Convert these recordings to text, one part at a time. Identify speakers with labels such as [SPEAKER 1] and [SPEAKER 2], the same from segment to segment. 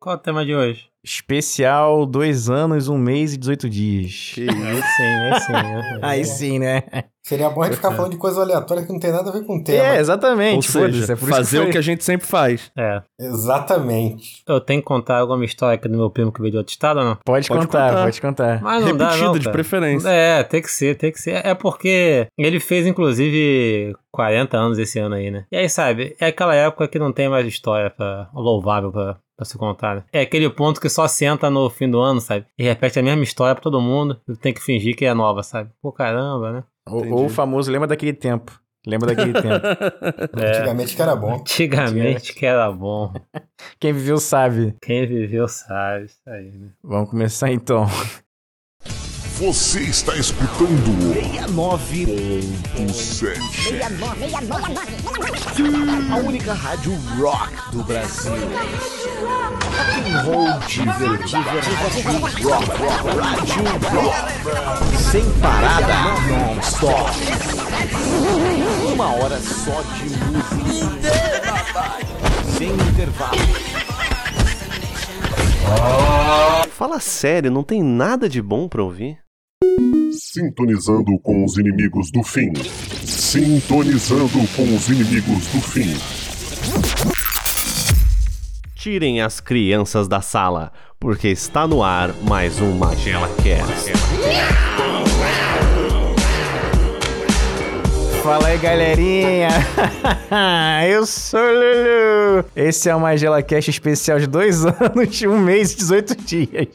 [SPEAKER 1] Qual é o tema de hoje?
[SPEAKER 2] Especial, dois anos, um mês e 18 dias.
[SPEAKER 1] Que isso, sim, é sim. É,
[SPEAKER 2] Aí sim, né?
[SPEAKER 3] Seria bom a gente
[SPEAKER 2] Uhum.
[SPEAKER 3] ficar falando de coisa aleatória que não tem nada a ver com o tema.
[SPEAKER 2] É, exatamente.
[SPEAKER 4] Ou
[SPEAKER 2] foda-se,
[SPEAKER 4] seja,
[SPEAKER 2] é por isso
[SPEAKER 4] fazer
[SPEAKER 2] eu
[SPEAKER 4] o que
[SPEAKER 2] falei.
[SPEAKER 4] a gente sempre faz.
[SPEAKER 1] É.
[SPEAKER 3] Exatamente.
[SPEAKER 1] Eu tenho que contar alguma história aqui do meu primo que veio de outro estado ou não?
[SPEAKER 2] Pode,
[SPEAKER 4] Pode
[SPEAKER 2] contar,
[SPEAKER 4] contar.
[SPEAKER 2] pode contar.
[SPEAKER 1] Mas Ah, não dá,
[SPEAKER 4] Repetido,
[SPEAKER 1] não,
[SPEAKER 4] de
[SPEAKER 1] cara.
[SPEAKER 4] preferência.
[SPEAKER 1] É, tem que ser, tem que ser. É porque ele fez, inclusive, 40 anos esse ano aí, né? E aí, sabe, é aquela época que não tem mais história pra, louvável pra, pra se contar, né? É aquele ponto que só senta no fim do ano, sabe? E repete a mesma história pra todo mundo e tem que fingir que é nova, sabe? Pô, caramba, né?
[SPEAKER 2] Ou,
[SPEAKER 4] Ah, Entendi.
[SPEAKER 2] ou o famoso, lembra daquele tempo. Lembra daquele tempo. É.
[SPEAKER 3] Antigamente que era bom.
[SPEAKER 1] É. Antigamente que era bom.
[SPEAKER 2] Quem viveu sabe.
[SPEAKER 1] Quem viveu sabe, isso aí, né?
[SPEAKER 2] Vamos começar então.
[SPEAKER 5] Você está escutando
[SPEAKER 6] 69.
[SPEAKER 5] o set.
[SPEAKER 6] 69, 69. A única rádio rock do Brasil. Rock'n'roll divertido. Rádio rock, rock, rádio rock. Sem parada, non-stop. Uma hora só de música. Sem intervalo.
[SPEAKER 7] Fala sério, não tem nada de bom pra ouvir?
[SPEAKER 5] Sintonizando com os inimigos do fim. Sintonizando com os inimigos do fim.
[SPEAKER 7] Tirem as crianças da sala, porque está no ar mais um Magela Cast.
[SPEAKER 2] Fala aí, galerinha! Eu sou o Lulu! Esse é o Magela Cast especial de dois anos, um mês e 18 dias.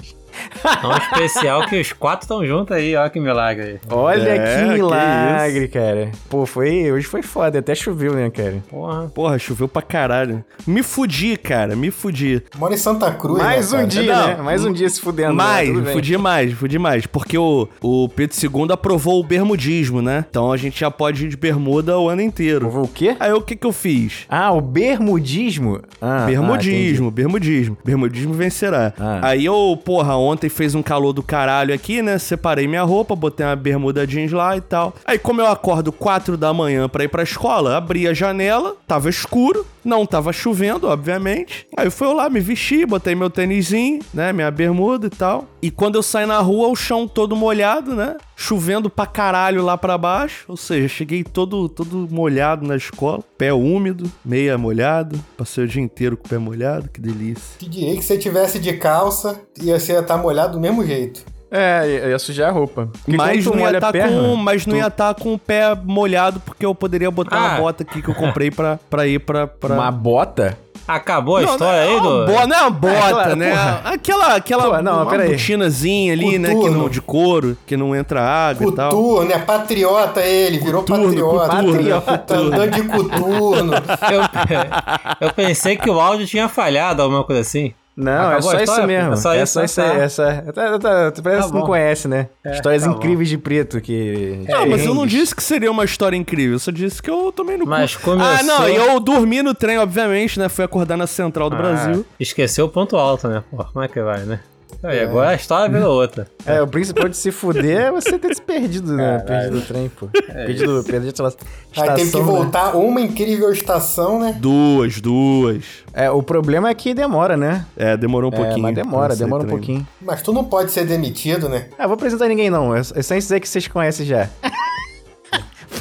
[SPEAKER 1] É um especial que os quatro estão juntos aí, olha que milagre aí.
[SPEAKER 2] Olha
[SPEAKER 4] É,
[SPEAKER 2] que
[SPEAKER 4] que
[SPEAKER 2] milagre, cara. Pô, foi. Hoje foi foda, até choveu, né, cara?
[SPEAKER 1] Porra.
[SPEAKER 4] Porra, choveu pra caralho. Me fudi, cara, me fudi.
[SPEAKER 3] Mora em Santa Cruz,
[SPEAKER 2] Mais
[SPEAKER 3] né,
[SPEAKER 2] um
[SPEAKER 3] cara?
[SPEAKER 2] dia,
[SPEAKER 4] Não,
[SPEAKER 2] né? Mais um dia se
[SPEAKER 1] É,
[SPEAKER 2] fudendo. né?
[SPEAKER 4] mais,
[SPEAKER 2] Tudo
[SPEAKER 4] me
[SPEAKER 2] bem.
[SPEAKER 4] fudi mais, me fudi mais. Porque o, o Pedro II aprovou o bermudismo, né? Então a gente já pode ir de bermuda o ano inteiro.
[SPEAKER 2] O quê?
[SPEAKER 4] Aí o que que eu fiz?
[SPEAKER 2] Ah, o bermudismo?
[SPEAKER 1] tá,
[SPEAKER 2] Ah, ah, entendi.
[SPEAKER 4] Bermudismo, bermudismo. Bermudismo vencerá.
[SPEAKER 2] Ah.
[SPEAKER 4] Aí eu, porra, ontem fez um calor do caralho aqui, né? Separei minha roupa, botei uma bermuda jeans lá e tal. Aí, como eu acordo 4 da manhã pra ir pra escola, abri a janela, tava escuro, não tava chovendo, obviamente. Aí eu fui lá, me vesti, botei meu tênisinho, né? Minha bermuda e tal. E quando eu saí na rua, o chão todo molhado, né? Chovendo pra caralho lá pra baixo. Ou seja, cheguei todo, todo molhado na escola. Pé úmido, meia molhado. Passei o dia inteiro com o pé molhado, que delícia.
[SPEAKER 3] Te direi que se você tivesse de calça, ia ser tá molhado do mesmo jeito.
[SPEAKER 2] É, ia- ia sujar a roupa. Porque quando
[SPEAKER 4] mas
[SPEAKER 2] tu
[SPEAKER 4] não, ia
[SPEAKER 2] molha a
[SPEAKER 4] tá
[SPEAKER 2] perna-
[SPEAKER 4] com, mas não
[SPEAKER 2] tu-
[SPEAKER 4] ia tá com o pé molhado, porque eu poderia botar
[SPEAKER 1] Ah.
[SPEAKER 4] uma bota aqui que eu comprei pra, pra ir pra. pra...
[SPEAKER 2] Uma bota?
[SPEAKER 1] Acabou a
[SPEAKER 4] Não,
[SPEAKER 1] história
[SPEAKER 4] não,
[SPEAKER 1] aí,
[SPEAKER 4] uma
[SPEAKER 1] do.
[SPEAKER 4] bo- Não é uma bota,
[SPEAKER 2] É, claro,
[SPEAKER 4] né?
[SPEAKER 2] porra.
[SPEAKER 4] Aquela, aquela
[SPEAKER 2] Pô, não,
[SPEAKER 4] uma
[SPEAKER 2] pera aí.
[SPEAKER 4] botinazinha ali, né? Que
[SPEAKER 3] Coturno.
[SPEAKER 4] não, de couro, que não entra água e tal.
[SPEAKER 3] Coturno, é patriota ele, virou patriota.
[SPEAKER 2] coturno,
[SPEAKER 3] Tá andando de coturno.
[SPEAKER 1] Eu, eu pensei que o áudio tinha falhado, alguma coisa assim.
[SPEAKER 2] Não,
[SPEAKER 1] Acabou a
[SPEAKER 2] é só isso
[SPEAKER 1] história?
[SPEAKER 2] mesmo.
[SPEAKER 1] É só isso,
[SPEAKER 2] essa,
[SPEAKER 1] tá.
[SPEAKER 2] essa. Tá, tá, tá, parece
[SPEAKER 1] Tá
[SPEAKER 2] que não
[SPEAKER 1] bom.
[SPEAKER 2] conhece, né? Histórias
[SPEAKER 1] tá bom.
[SPEAKER 2] incríveis de preto que.
[SPEAKER 4] Não, É, mas eu não
[SPEAKER 2] Perrengues.
[SPEAKER 4] disse que seria uma história incrível, eu só disse que eu tomei no cu.
[SPEAKER 1] Mas começou.
[SPEAKER 4] Ah, não, e eu dormi no trem, obviamente, né? Fui acordar na Central do
[SPEAKER 1] Ah.
[SPEAKER 4] Brasil. É.
[SPEAKER 1] Esqueceu o ponto alto, né? Pô, como é que vai, né? Aí, agora a história virou outra.
[SPEAKER 2] É, o principal de se fuder é você ter se perdido, né? Perdido o trem,
[SPEAKER 1] É
[SPEAKER 2] pô. Perdido, perdido a estação.
[SPEAKER 3] Aí teve que
[SPEAKER 2] né?
[SPEAKER 3] voltar uma incrível estação, né?
[SPEAKER 4] Duas, duas.
[SPEAKER 2] É, o problema é que demora, né?
[SPEAKER 4] É, demorou um
[SPEAKER 2] É,
[SPEAKER 4] pouquinho.
[SPEAKER 2] mas demora,
[SPEAKER 4] pra sair
[SPEAKER 2] demora um
[SPEAKER 4] trem.
[SPEAKER 2] pouquinho.
[SPEAKER 3] Mas tu não pode ser demitido, né?
[SPEAKER 2] Ah, vou apresentar ninguém não, é é sem dizer que vocês conhecem já.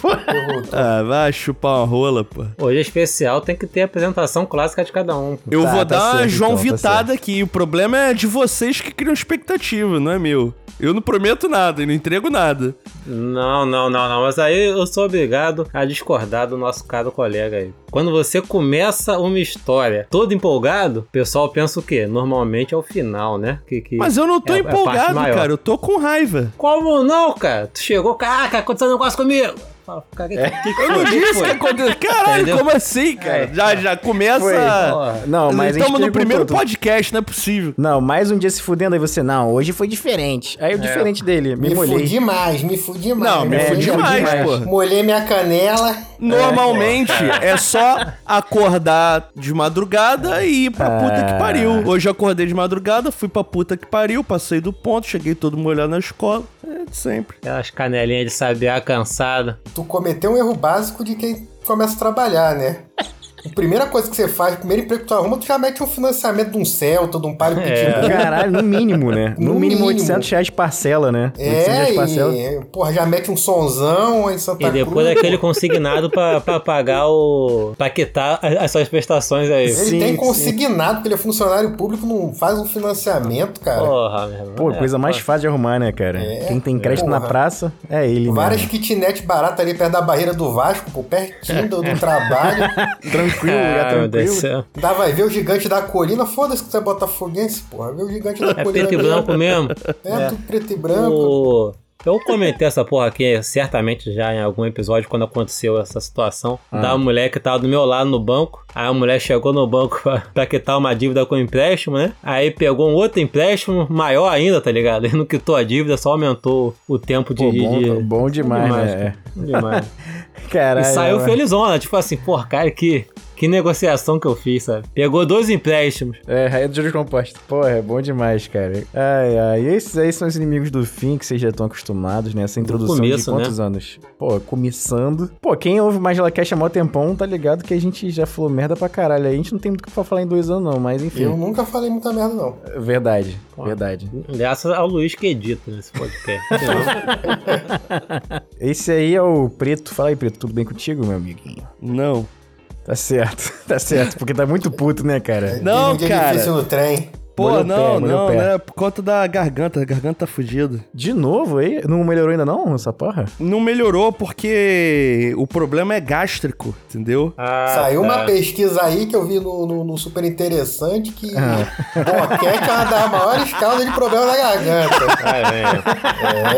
[SPEAKER 3] Eu vou-
[SPEAKER 4] Ah, vai chupar uma rola, pô.
[SPEAKER 1] Hoje é especial, tem que ter a apresentação clássica de cada um.
[SPEAKER 4] Eu
[SPEAKER 2] Tá,
[SPEAKER 4] vou
[SPEAKER 2] tá
[SPEAKER 4] dar uma
[SPEAKER 2] certo,
[SPEAKER 4] João
[SPEAKER 2] então, tá
[SPEAKER 4] Vitada aqui. O problema é de vocês que criam expectativa, não é meu. Eu não prometo nada e não entrego nada.
[SPEAKER 1] Não, não, não, não. Mas aí eu sou obrigado a discordar do nosso caro colega aí. Quando você começa uma história todo empolgado, o pessoal pensa o quê? Normalmente é o final, né? Que, que...
[SPEAKER 4] Mas eu não tô
[SPEAKER 1] É- é parte
[SPEAKER 4] empolgado,
[SPEAKER 1] maior.
[SPEAKER 4] cara. Eu tô com raiva.
[SPEAKER 1] Como não, cara? Tu chegou, caraca, aconteceu um negócio comigo. Fala, cara,
[SPEAKER 2] É.
[SPEAKER 1] que- que que
[SPEAKER 4] Eu não
[SPEAKER 1] foi? Que
[SPEAKER 4] disse
[SPEAKER 1] foi?
[SPEAKER 4] que aconteceu. Caralho,
[SPEAKER 1] Entendeu?
[SPEAKER 4] como assim, cara?
[SPEAKER 1] É.
[SPEAKER 4] Já, já começa.
[SPEAKER 2] Foi. Não, mas a gente
[SPEAKER 4] Estamos no
[SPEAKER 2] perguntou
[SPEAKER 4] primeiro
[SPEAKER 2] tudo.
[SPEAKER 4] podcast, não é possível.
[SPEAKER 2] Não, mais um dia se fudendo, aí você, não, hoje foi diferente. Aí o diferente dele, me,
[SPEAKER 3] Me
[SPEAKER 2] molhei.
[SPEAKER 3] fudi mais, me fudi mais.
[SPEAKER 4] Não, me
[SPEAKER 2] é,
[SPEAKER 4] fudi
[SPEAKER 2] me fudi
[SPEAKER 4] mais,
[SPEAKER 2] mais.
[SPEAKER 4] porra.
[SPEAKER 3] Molhei minha canela.
[SPEAKER 4] Normalmente é, só acordar de madrugada e ir pra puta
[SPEAKER 2] É.
[SPEAKER 4] que pariu. Hoje eu acordei de madrugada, fui pra puta que pariu, passei do ponto, cheguei todo molhado na escola. É de sempre.
[SPEAKER 1] Aquelas canelinhas de sabiá cansada.
[SPEAKER 3] Tu cometeu um erro básico de quem começa a trabalhar, né? A primeira coisa que você faz, o primeiro emprego que tu arruma, tu já mete um financiamento de um Celta, de um
[SPEAKER 1] É,
[SPEAKER 3] Palio Pitbull.
[SPEAKER 2] Caralho, no mínimo, né? No,
[SPEAKER 3] No
[SPEAKER 2] mínimo
[SPEAKER 3] mínimo.
[SPEAKER 2] 800 reais de parcela, né? 800 reais
[SPEAKER 3] É,
[SPEAKER 2] de parcela.
[SPEAKER 3] e, porra, já mete um sonzão em Santa
[SPEAKER 1] E depois
[SPEAKER 3] Cruz.
[SPEAKER 1] aquele consignado pra, pra pagar o. pra quitar a- as suas prestações aí.
[SPEAKER 3] Ele
[SPEAKER 2] Sim, sim.
[SPEAKER 3] tem consignado, porque ele é funcionário público, não faz um financiamento, cara.
[SPEAKER 1] Porra, meu irmão.
[SPEAKER 2] Pô,
[SPEAKER 1] É,
[SPEAKER 2] coisa mais
[SPEAKER 1] pô.
[SPEAKER 2] fácil de arrumar, né, cara? Quem tem crédito na
[SPEAKER 3] porra.
[SPEAKER 2] praça é ele,
[SPEAKER 3] Várias
[SPEAKER 2] mesmo.
[SPEAKER 3] kitnet baratas ali perto da barreira do Vasco, pô, pertinho do, do trabalho.
[SPEAKER 2] Tranquilo, é
[SPEAKER 1] Ah, meu Deus do
[SPEAKER 2] tranquilo.
[SPEAKER 1] céu.
[SPEAKER 3] Dá, vai ver o gigante da colina. Foda-se que você é botafoguense, porra. Vê o gigante da
[SPEAKER 1] É
[SPEAKER 3] colina.
[SPEAKER 1] preto e
[SPEAKER 3] ali,
[SPEAKER 1] branco né? mesmo.
[SPEAKER 3] É, tudo preto e branco.
[SPEAKER 1] O- Eu comentei essa porra aqui certamente já em algum episódio quando aconteceu essa situação
[SPEAKER 2] Ah.
[SPEAKER 1] da mulher que tava do meu lado no banco. Aí a mulher chegou no banco pra, pra quitar uma dívida com empréstimo, né? Aí pegou um outro empréstimo maior ainda, tá ligado? Ele não quitou a dívida, só aumentou o tempo de.
[SPEAKER 2] Pô, bom,
[SPEAKER 1] de-
[SPEAKER 2] bom demais, né?
[SPEAKER 1] cara. Bom demais.
[SPEAKER 2] É. Caralho.
[SPEAKER 1] E saiu
[SPEAKER 2] mano.
[SPEAKER 1] felizona, tipo assim, porra, cara, que, que negociação que eu fiz, sabe? Pegou dois empréstimos.
[SPEAKER 2] É, raio dos juros compostos. Porra, é bom demais, cara. Ai, ai. E esses aí são os inimigos do fim que vocês já estão acostumados, né? Essa introdução
[SPEAKER 1] começo,
[SPEAKER 2] de quantos anos? Pô, começando. Pô, quem ouve mais Cash há mó tempão tá ligado que a gente já falou merda pra caralho. aí. A gente não tem muito o que falar em dois anos, não, mas enfim.
[SPEAKER 3] Eu nunca falei muita merda, não.
[SPEAKER 2] Verdade, verdade.
[SPEAKER 1] Graças ao Luiz que edita nesse podcast.
[SPEAKER 2] Esse aí é o Preto. Fala aí, Preto, tudo bem contigo, meu amiguinho?
[SPEAKER 4] Não.
[SPEAKER 2] Tá certo, tá certo, porque tá muito puto, né, cara?
[SPEAKER 4] Não,
[SPEAKER 3] Teve um dia
[SPEAKER 4] cara.
[SPEAKER 3] difícil no trem.
[SPEAKER 4] Pô,
[SPEAKER 2] Molhou o pé, molhou
[SPEAKER 4] não,
[SPEAKER 2] o
[SPEAKER 4] não,
[SPEAKER 2] pé.
[SPEAKER 4] né? Por conta da garganta. A garganta tá fudida.
[SPEAKER 2] De novo aí? Não melhorou ainda não, essa porra?
[SPEAKER 4] Não melhorou porque o problema é gástrico, entendeu?
[SPEAKER 1] Ah,
[SPEAKER 3] Saiu
[SPEAKER 1] tá.
[SPEAKER 3] uma pesquisa aí que eu vi no, no- no super interessante que
[SPEAKER 4] Ah.
[SPEAKER 3] boquete é uma das maiores causas de problema na garganta.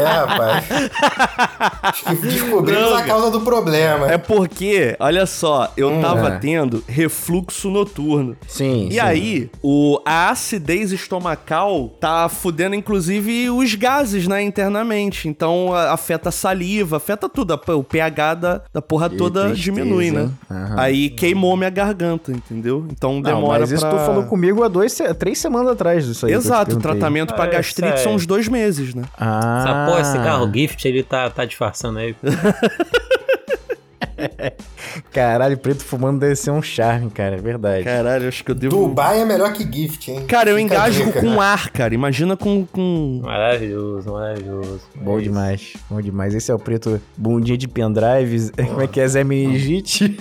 [SPEAKER 3] É, rapaz. Acho que descobrimos
[SPEAKER 4] Não,
[SPEAKER 3] a causa do problema.
[SPEAKER 4] É porque, olha só, eu tava
[SPEAKER 2] é.
[SPEAKER 4] tendo refluxo noturno.
[SPEAKER 2] Sim,
[SPEAKER 4] E aí, o, a acidez estomacal tá fudendo, inclusive, os gases, né, internamente. Então, a- afeta a saliva, afeta tudo. A- O pH da, da porra toda
[SPEAKER 2] tristeza,
[SPEAKER 4] diminui, né?
[SPEAKER 2] hein? Aham.
[SPEAKER 4] Aí queimou minha garganta, entendeu? Então
[SPEAKER 2] Não,
[SPEAKER 4] demora
[SPEAKER 2] mas isso
[SPEAKER 4] pra...
[SPEAKER 2] tu falou comigo há dois, se- três semanas atrás disso aí. que eu te
[SPEAKER 4] Exato, o
[SPEAKER 2] perguntei.
[SPEAKER 4] tratamento pra
[SPEAKER 3] É,
[SPEAKER 1] Ah,
[SPEAKER 4] gastrite
[SPEAKER 1] isso aí.
[SPEAKER 4] são uns dois meses, né?
[SPEAKER 2] Ah,
[SPEAKER 1] Essa porra, esse carro gift, ele tá, tá disfarçando aí.
[SPEAKER 2] Caralho, preto fumando deve ser um charme, cara, é verdade.
[SPEAKER 4] Caralho, acho que eu devo...
[SPEAKER 3] Dubai é melhor que gift, hein?
[SPEAKER 4] Cara, eu
[SPEAKER 3] Fica a
[SPEAKER 4] engasgo
[SPEAKER 3] dica.
[SPEAKER 4] com ar, cara. Imagina com... com...
[SPEAKER 1] Maravilhoso, maravilhoso.
[SPEAKER 2] Bom
[SPEAKER 1] É isso.
[SPEAKER 2] demais, bom demais. Esse é o preto bundinha de pendrive, como é que é, Zé Meningite?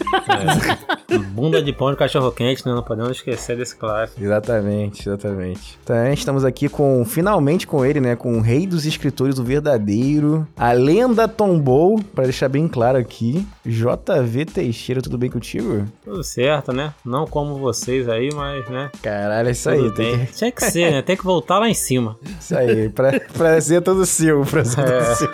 [SPEAKER 1] Bunda de pão de cachorro quente, né? Não podemos esquecer desse clássico.
[SPEAKER 2] Exatamente, exatamente. Então, estamos aqui com, finalmente com ele, né? Com o rei dos escritores, o verdadeiro. A lenda tombou, pra deixar bem claro aqui. JV Teixeira, tudo bem contigo?
[SPEAKER 1] Tudo certo, né? Não como vocês aí, mas, né?
[SPEAKER 2] Caralho, é isso aí.
[SPEAKER 1] Tudo
[SPEAKER 2] Tem
[SPEAKER 1] bem.
[SPEAKER 2] que,
[SPEAKER 1] Tinha que ser, né? Tem que voltar lá em cima.
[SPEAKER 2] isso aí. Pra, prazer todo seu, prazer todo
[SPEAKER 1] É.
[SPEAKER 2] seu.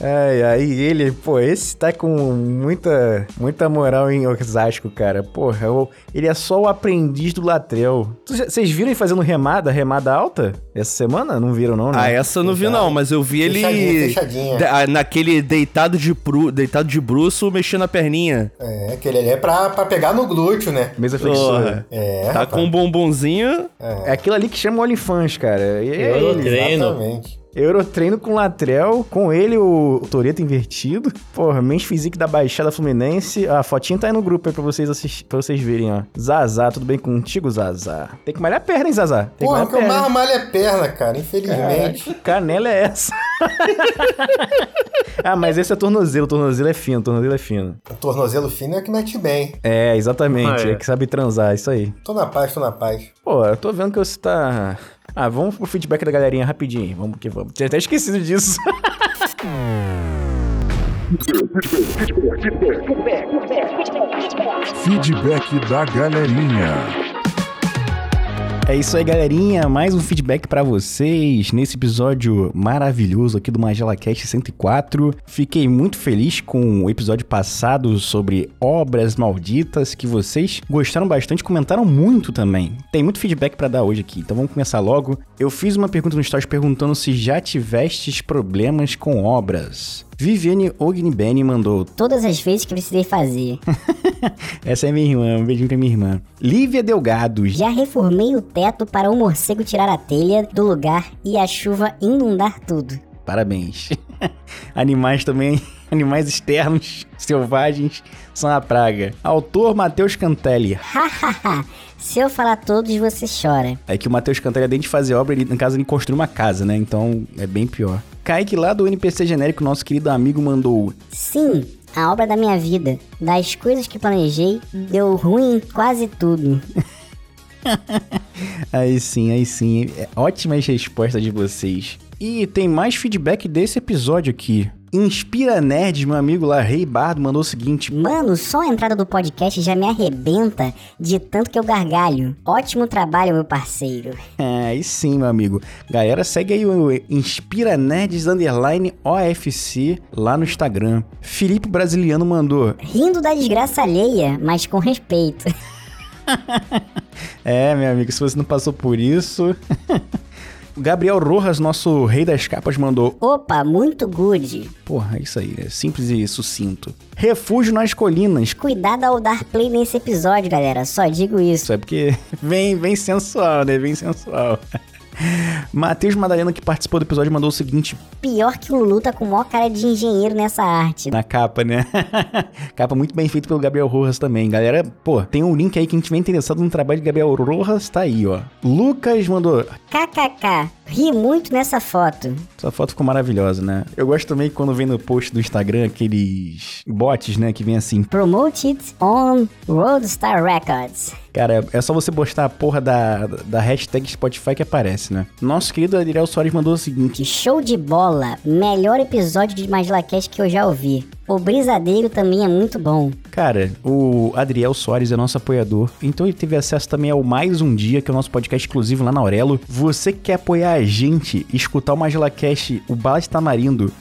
[SPEAKER 2] Ai, aí ele, pô, esse tá com muita, muita moral em Osasco, cara. Porra, eu- ele é só o aprendiz do Latrel. Tu já- Vocês viram ele fazendo remada, remada alta? Essa semana? Não viram, não, né?
[SPEAKER 4] Ah, essa eu não vi não, mas eu vi ele
[SPEAKER 3] Fechadinha, fechadinha.
[SPEAKER 4] de- ah, naquele deitado de pru, deitado de bruço, mexendo a perninha.
[SPEAKER 3] É, aquele ali é pra, pra pegar no glúteo, né?
[SPEAKER 2] Mesa
[SPEAKER 4] Porra.
[SPEAKER 2] flexora.
[SPEAKER 3] É,
[SPEAKER 4] tá com um bombonzinho.
[SPEAKER 2] É aquilo ali que chama o OnlyFans, cara. E é
[SPEAKER 1] Eu
[SPEAKER 2] ele.
[SPEAKER 1] treino.
[SPEAKER 3] exatamente.
[SPEAKER 2] Eurotreino com Latrel, com ele o Toreto invertido. Porra, Men's Physique da Baixada Fluminense. A fotinha tá aí no grupo aí pra vocês, assistir, pra vocês verem, ó. Zazá, tudo bem contigo, Zazá? Tem que malhar a perna, hein, Zazá? Tem
[SPEAKER 3] Porra, o
[SPEAKER 2] que
[SPEAKER 3] que eu
[SPEAKER 2] malhar
[SPEAKER 3] mais
[SPEAKER 2] a
[SPEAKER 3] malho é perna, cara,
[SPEAKER 2] perna.
[SPEAKER 3] infelizmente.
[SPEAKER 2] Caralho, que canela é essa? ah, mas esse é tornozelo. Tornozelo é fino, tornozelo é fino.
[SPEAKER 3] O tornozelo fino é que mete bem.
[SPEAKER 2] É, exatamente.
[SPEAKER 1] Ah, é.
[SPEAKER 2] é que sabe transar, isso aí.
[SPEAKER 3] Tô na paz, tô na paz.
[SPEAKER 2] Pô, eu tô vendo que você tá. Ah, vamos pro feedback da galerinha rapidinho. Vamos que vamos. Tinha até esquecido disso.
[SPEAKER 5] Feedback da galerinha.
[SPEAKER 2] É isso aí, galerinha. Mais um feedback pra vocês nesse episódio maravilhoso aqui do Magela Cast 104. Fiquei muito feliz com o episódio passado sobre obras malditas que vocês gostaram bastante, comentaram muito também. Tem muito feedback pra dar hoje aqui, então vamos começar logo. Eu fiz uma pergunta no stories perguntando se já tivestes problemas com obras. Viviane Ognibene mandou
[SPEAKER 8] todas as vezes que precisei fazer.
[SPEAKER 2] Essa é minha irmã, um beijinho pra minha irmã. Lívia Delgado.
[SPEAKER 8] Já reformei o teto para o morcego tirar a telha do lugar e a chuva inundar tudo.
[SPEAKER 2] Parabéns. Animais também, animais externos, selvagens, são a praga. Autor Matheus Cantelli.
[SPEAKER 8] Se eu falar todos, você chora.
[SPEAKER 2] É que o Matheus Cantelli, além de fazer obra, ele, no caso, ele construiu uma casa, né? Então é bem pior. Kaique, lá do NPC Genérico, nosso querido amigo, mandou. um.
[SPEAKER 8] Sim, a obra da minha vida. Das coisas que planejei, deu ruim em quase tudo.
[SPEAKER 2] Aí sim, aí sim. É, Ótimas respostas de vocês. E tem mais feedback desse episódio aqui. Inspira Nerds, meu amigo lá, Rei Bardo, mandou o seguinte.
[SPEAKER 8] Mano, só a entrada do podcast já me arrebenta de tanto que eu gargalho. Ótimo trabalho, meu parceiro.
[SPEAKER 2] É, Aí sim, meu amigo. Galera, segue aí o Inspira Nerds Underline OFC lá no Instagram. Felipe Brasiliano mandou.
[SPEAKER 8] Rindo da desgraça alheia, mas com respeito.
[SPEAKER 2] É, meu amigo, se você não passou por isso. O Gabriel Rojas, nosso rei das capas, mandou.
[SPEAKER 8] Opa, muito good.
[SPEAKER 2] Porra, é isso aí, é simples e sucinto. Refúgio nas colinas.
[SPEAKER 8] Cuidado ao dar play nesse episódio, galera. Só digo isso.
[SPEAKER 2] Isso é porque vem, vem sensual, né? Vem sensual. Matheus Madalena, que participou do episódio, mandou o seguinte
[SPEAKER 8] Pior que o Lulu tá com maior cara de engenheiro nessa arte.
[SPEAKER 2] na capa, né? capa muito bem feita pelo Gabriel Rojas também. Galera, pô, tem um link aí que a gente vem interessado no trabalho de Gabriel Rojas, tá aí, ó. Lucas mandou.
[SPEAKER 8] KKK. Ri muito nessa foto.
[SPEAKER 2] Essa foto ficou maravilhosa, né? Eu gosto também que quando vem no post do Instagram aqueles bots, né? Que vem assim,
[SPEAKER 8] Promoted on Roadstar Records.
[SPEAKER 2] Cara, é só você postar a porra da, da hashtag Spotify que aparece, né? Nosso querido Adriel Soares mandou o seguinte:
[SPEAKER 8] Que show de bola! Melhor episódio de Magilacast que eu já ouvi. O Brisadeiro também é muito bom.
[SPEAKER 2] Cara, o Adriel Soares é nosso apoiador, então ele teve acesso também ao Mais Um Dia, que é o nosso podcast exclusivo lá na Aurelo. Você que quer apoiar a gente, escutar o Magilacast, o Bala de Tamarindo,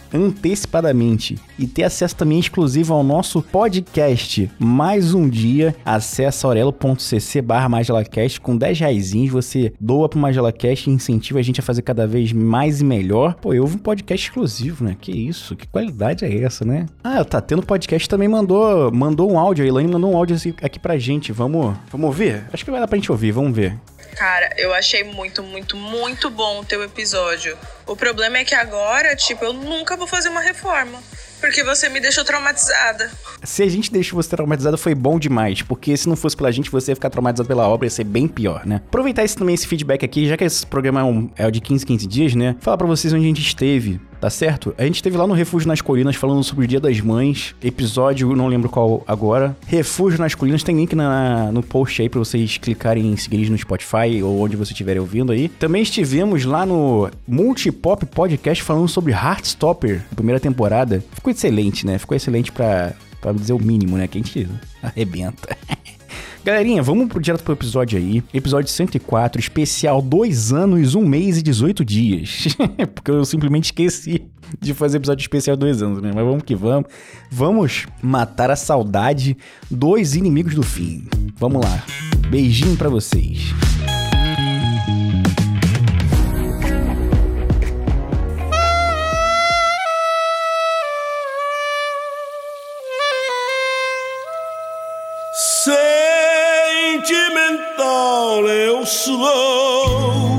[SPEAKER 2] antecipadamente e ter acesso também exclusivo ao nosso podcast Mais Um Dia, acessa aurelo.cc barra Magilacast com 10 reaisinhos, você doa pro Magilacast e incentiva a gente a fazer cada vez mais e melhor. Pô, eu ouvi um podcast exclusivo, né? Que isso, que qualidade é essa, né? Ah, tá tendo podcast também mandou, mandou um áudio, a Elaine mandou um áudio assim aqui pra gente, vamos, vamos ouvir? Acho que vai dar pra gente ouvir, vamos ver.
[SPEAKER 9] Cara, eu achei muito, muito, muito bom o teu episódio. O problema é que agora, tipo, eu nunca vou fazer uma reforma. Porque você me deixou traumatizada.
[SPEAKER 2] Se a gente deixou você traumatizado, foi bom demais, porque se não fosse pela gente, você ia ficar traumatizado pela obra, ia ser bem pior, né? Aproveitar esse, também esse feedback aqui, já que esse programa é, um- é o de 15, 15 dias, né? Falar pra vocês onde a gente esteve, tá certo? A gente esteve lá no Refúgio nas Colinas falando sobre o Dia das Mães, episódio, não lembro qual agora. Refúgio nas Colinas, tem link na- no post aí pra vocês clicarem em seguir no Spotify ou onde você estiver ouvindo aí. Também estivemos lá no Multipop Podcast falando sobre Heartstopper, primeira temporada. Ficou excelente, né? Ficou excelente pra Pra dizer o mínimo, né? Que a gente arrebenta. Galerinha, vamos pro direto pro episódio aí. Episódio 104, especial 2 anos, 1 mês e 18 dias. Porque eu simplesmente esqueci de fazer episódio especial 2 anos, né? Mas vamos que vamos. Vamos matar a saudade dos inimigos do fim. Vamos lá. Beijinho pra vocês.
[SPEAKER 4] Sentimental eu sou.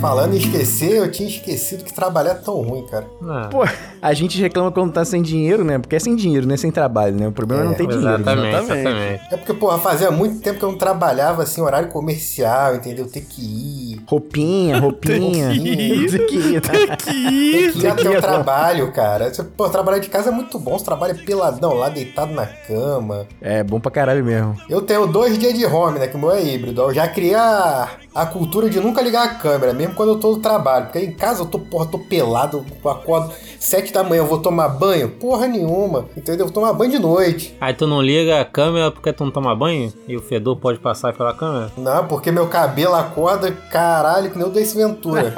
[SPEAKER 3] Falando em esquecer, eu tinha esquecido que trabalhar é tão ruim, cara.
[SPEAKER 1] Ah,
[SPEAKER 2] Pô, a gente reclama quando tá sem dinheiro, né? Porque é sem dinheiro, né? Sem trabalho, né? O problema é não ter dinheiro. né?
[SPEAKER 1] exatamente,
[SPEAKER 4] exatamente.
[SPEAKER 1] exatamente.
[SPEAKER 3] É porque, porra, fazia muito tempo que eu não trabalhava assim, horário comercial, entendeu? Ter que ir.
[SPEAKER 2] Roupinha, roupinha.
[SPEAKER 3] ir,
[SPEAKER 2] Tem que ir.
[SPEAKER 4] É
[SPEAKER 3] Ter que ir até
[SPEAKER 2] que ir,
[SPEAKER 3] o
[SPEAKER 2] pô.
[SPEAKER 3] trabalho, cara. Você, Pô, trabalhar de casa é muito bom. Você trabalha peladão lá, deitado na cama.
[SPEAKER 2] É, bom pra caralho mesmo.
[SPEAKER 3] Eu tenho dois dias de home, né? Que o meu é híbrido. Eu já criei a, a cultura de nunca ligar a câmera, mesmo quando eu tô no trabalho. Porque em casa eu tô, porra, tô pelado, eu acordo sete da manhã, eu vou tomar banho? Porra nenhuma, entendeu? Eu vou tomar banho de noite.
[SPEAKER 1] Aí tu não liga a câmera porque tu não toma banho? E o fedor pode passar pela câmera?
[SPEAKER 3] Não, porque meu cabelo acorda, caralho, que nem o Desse Ventura.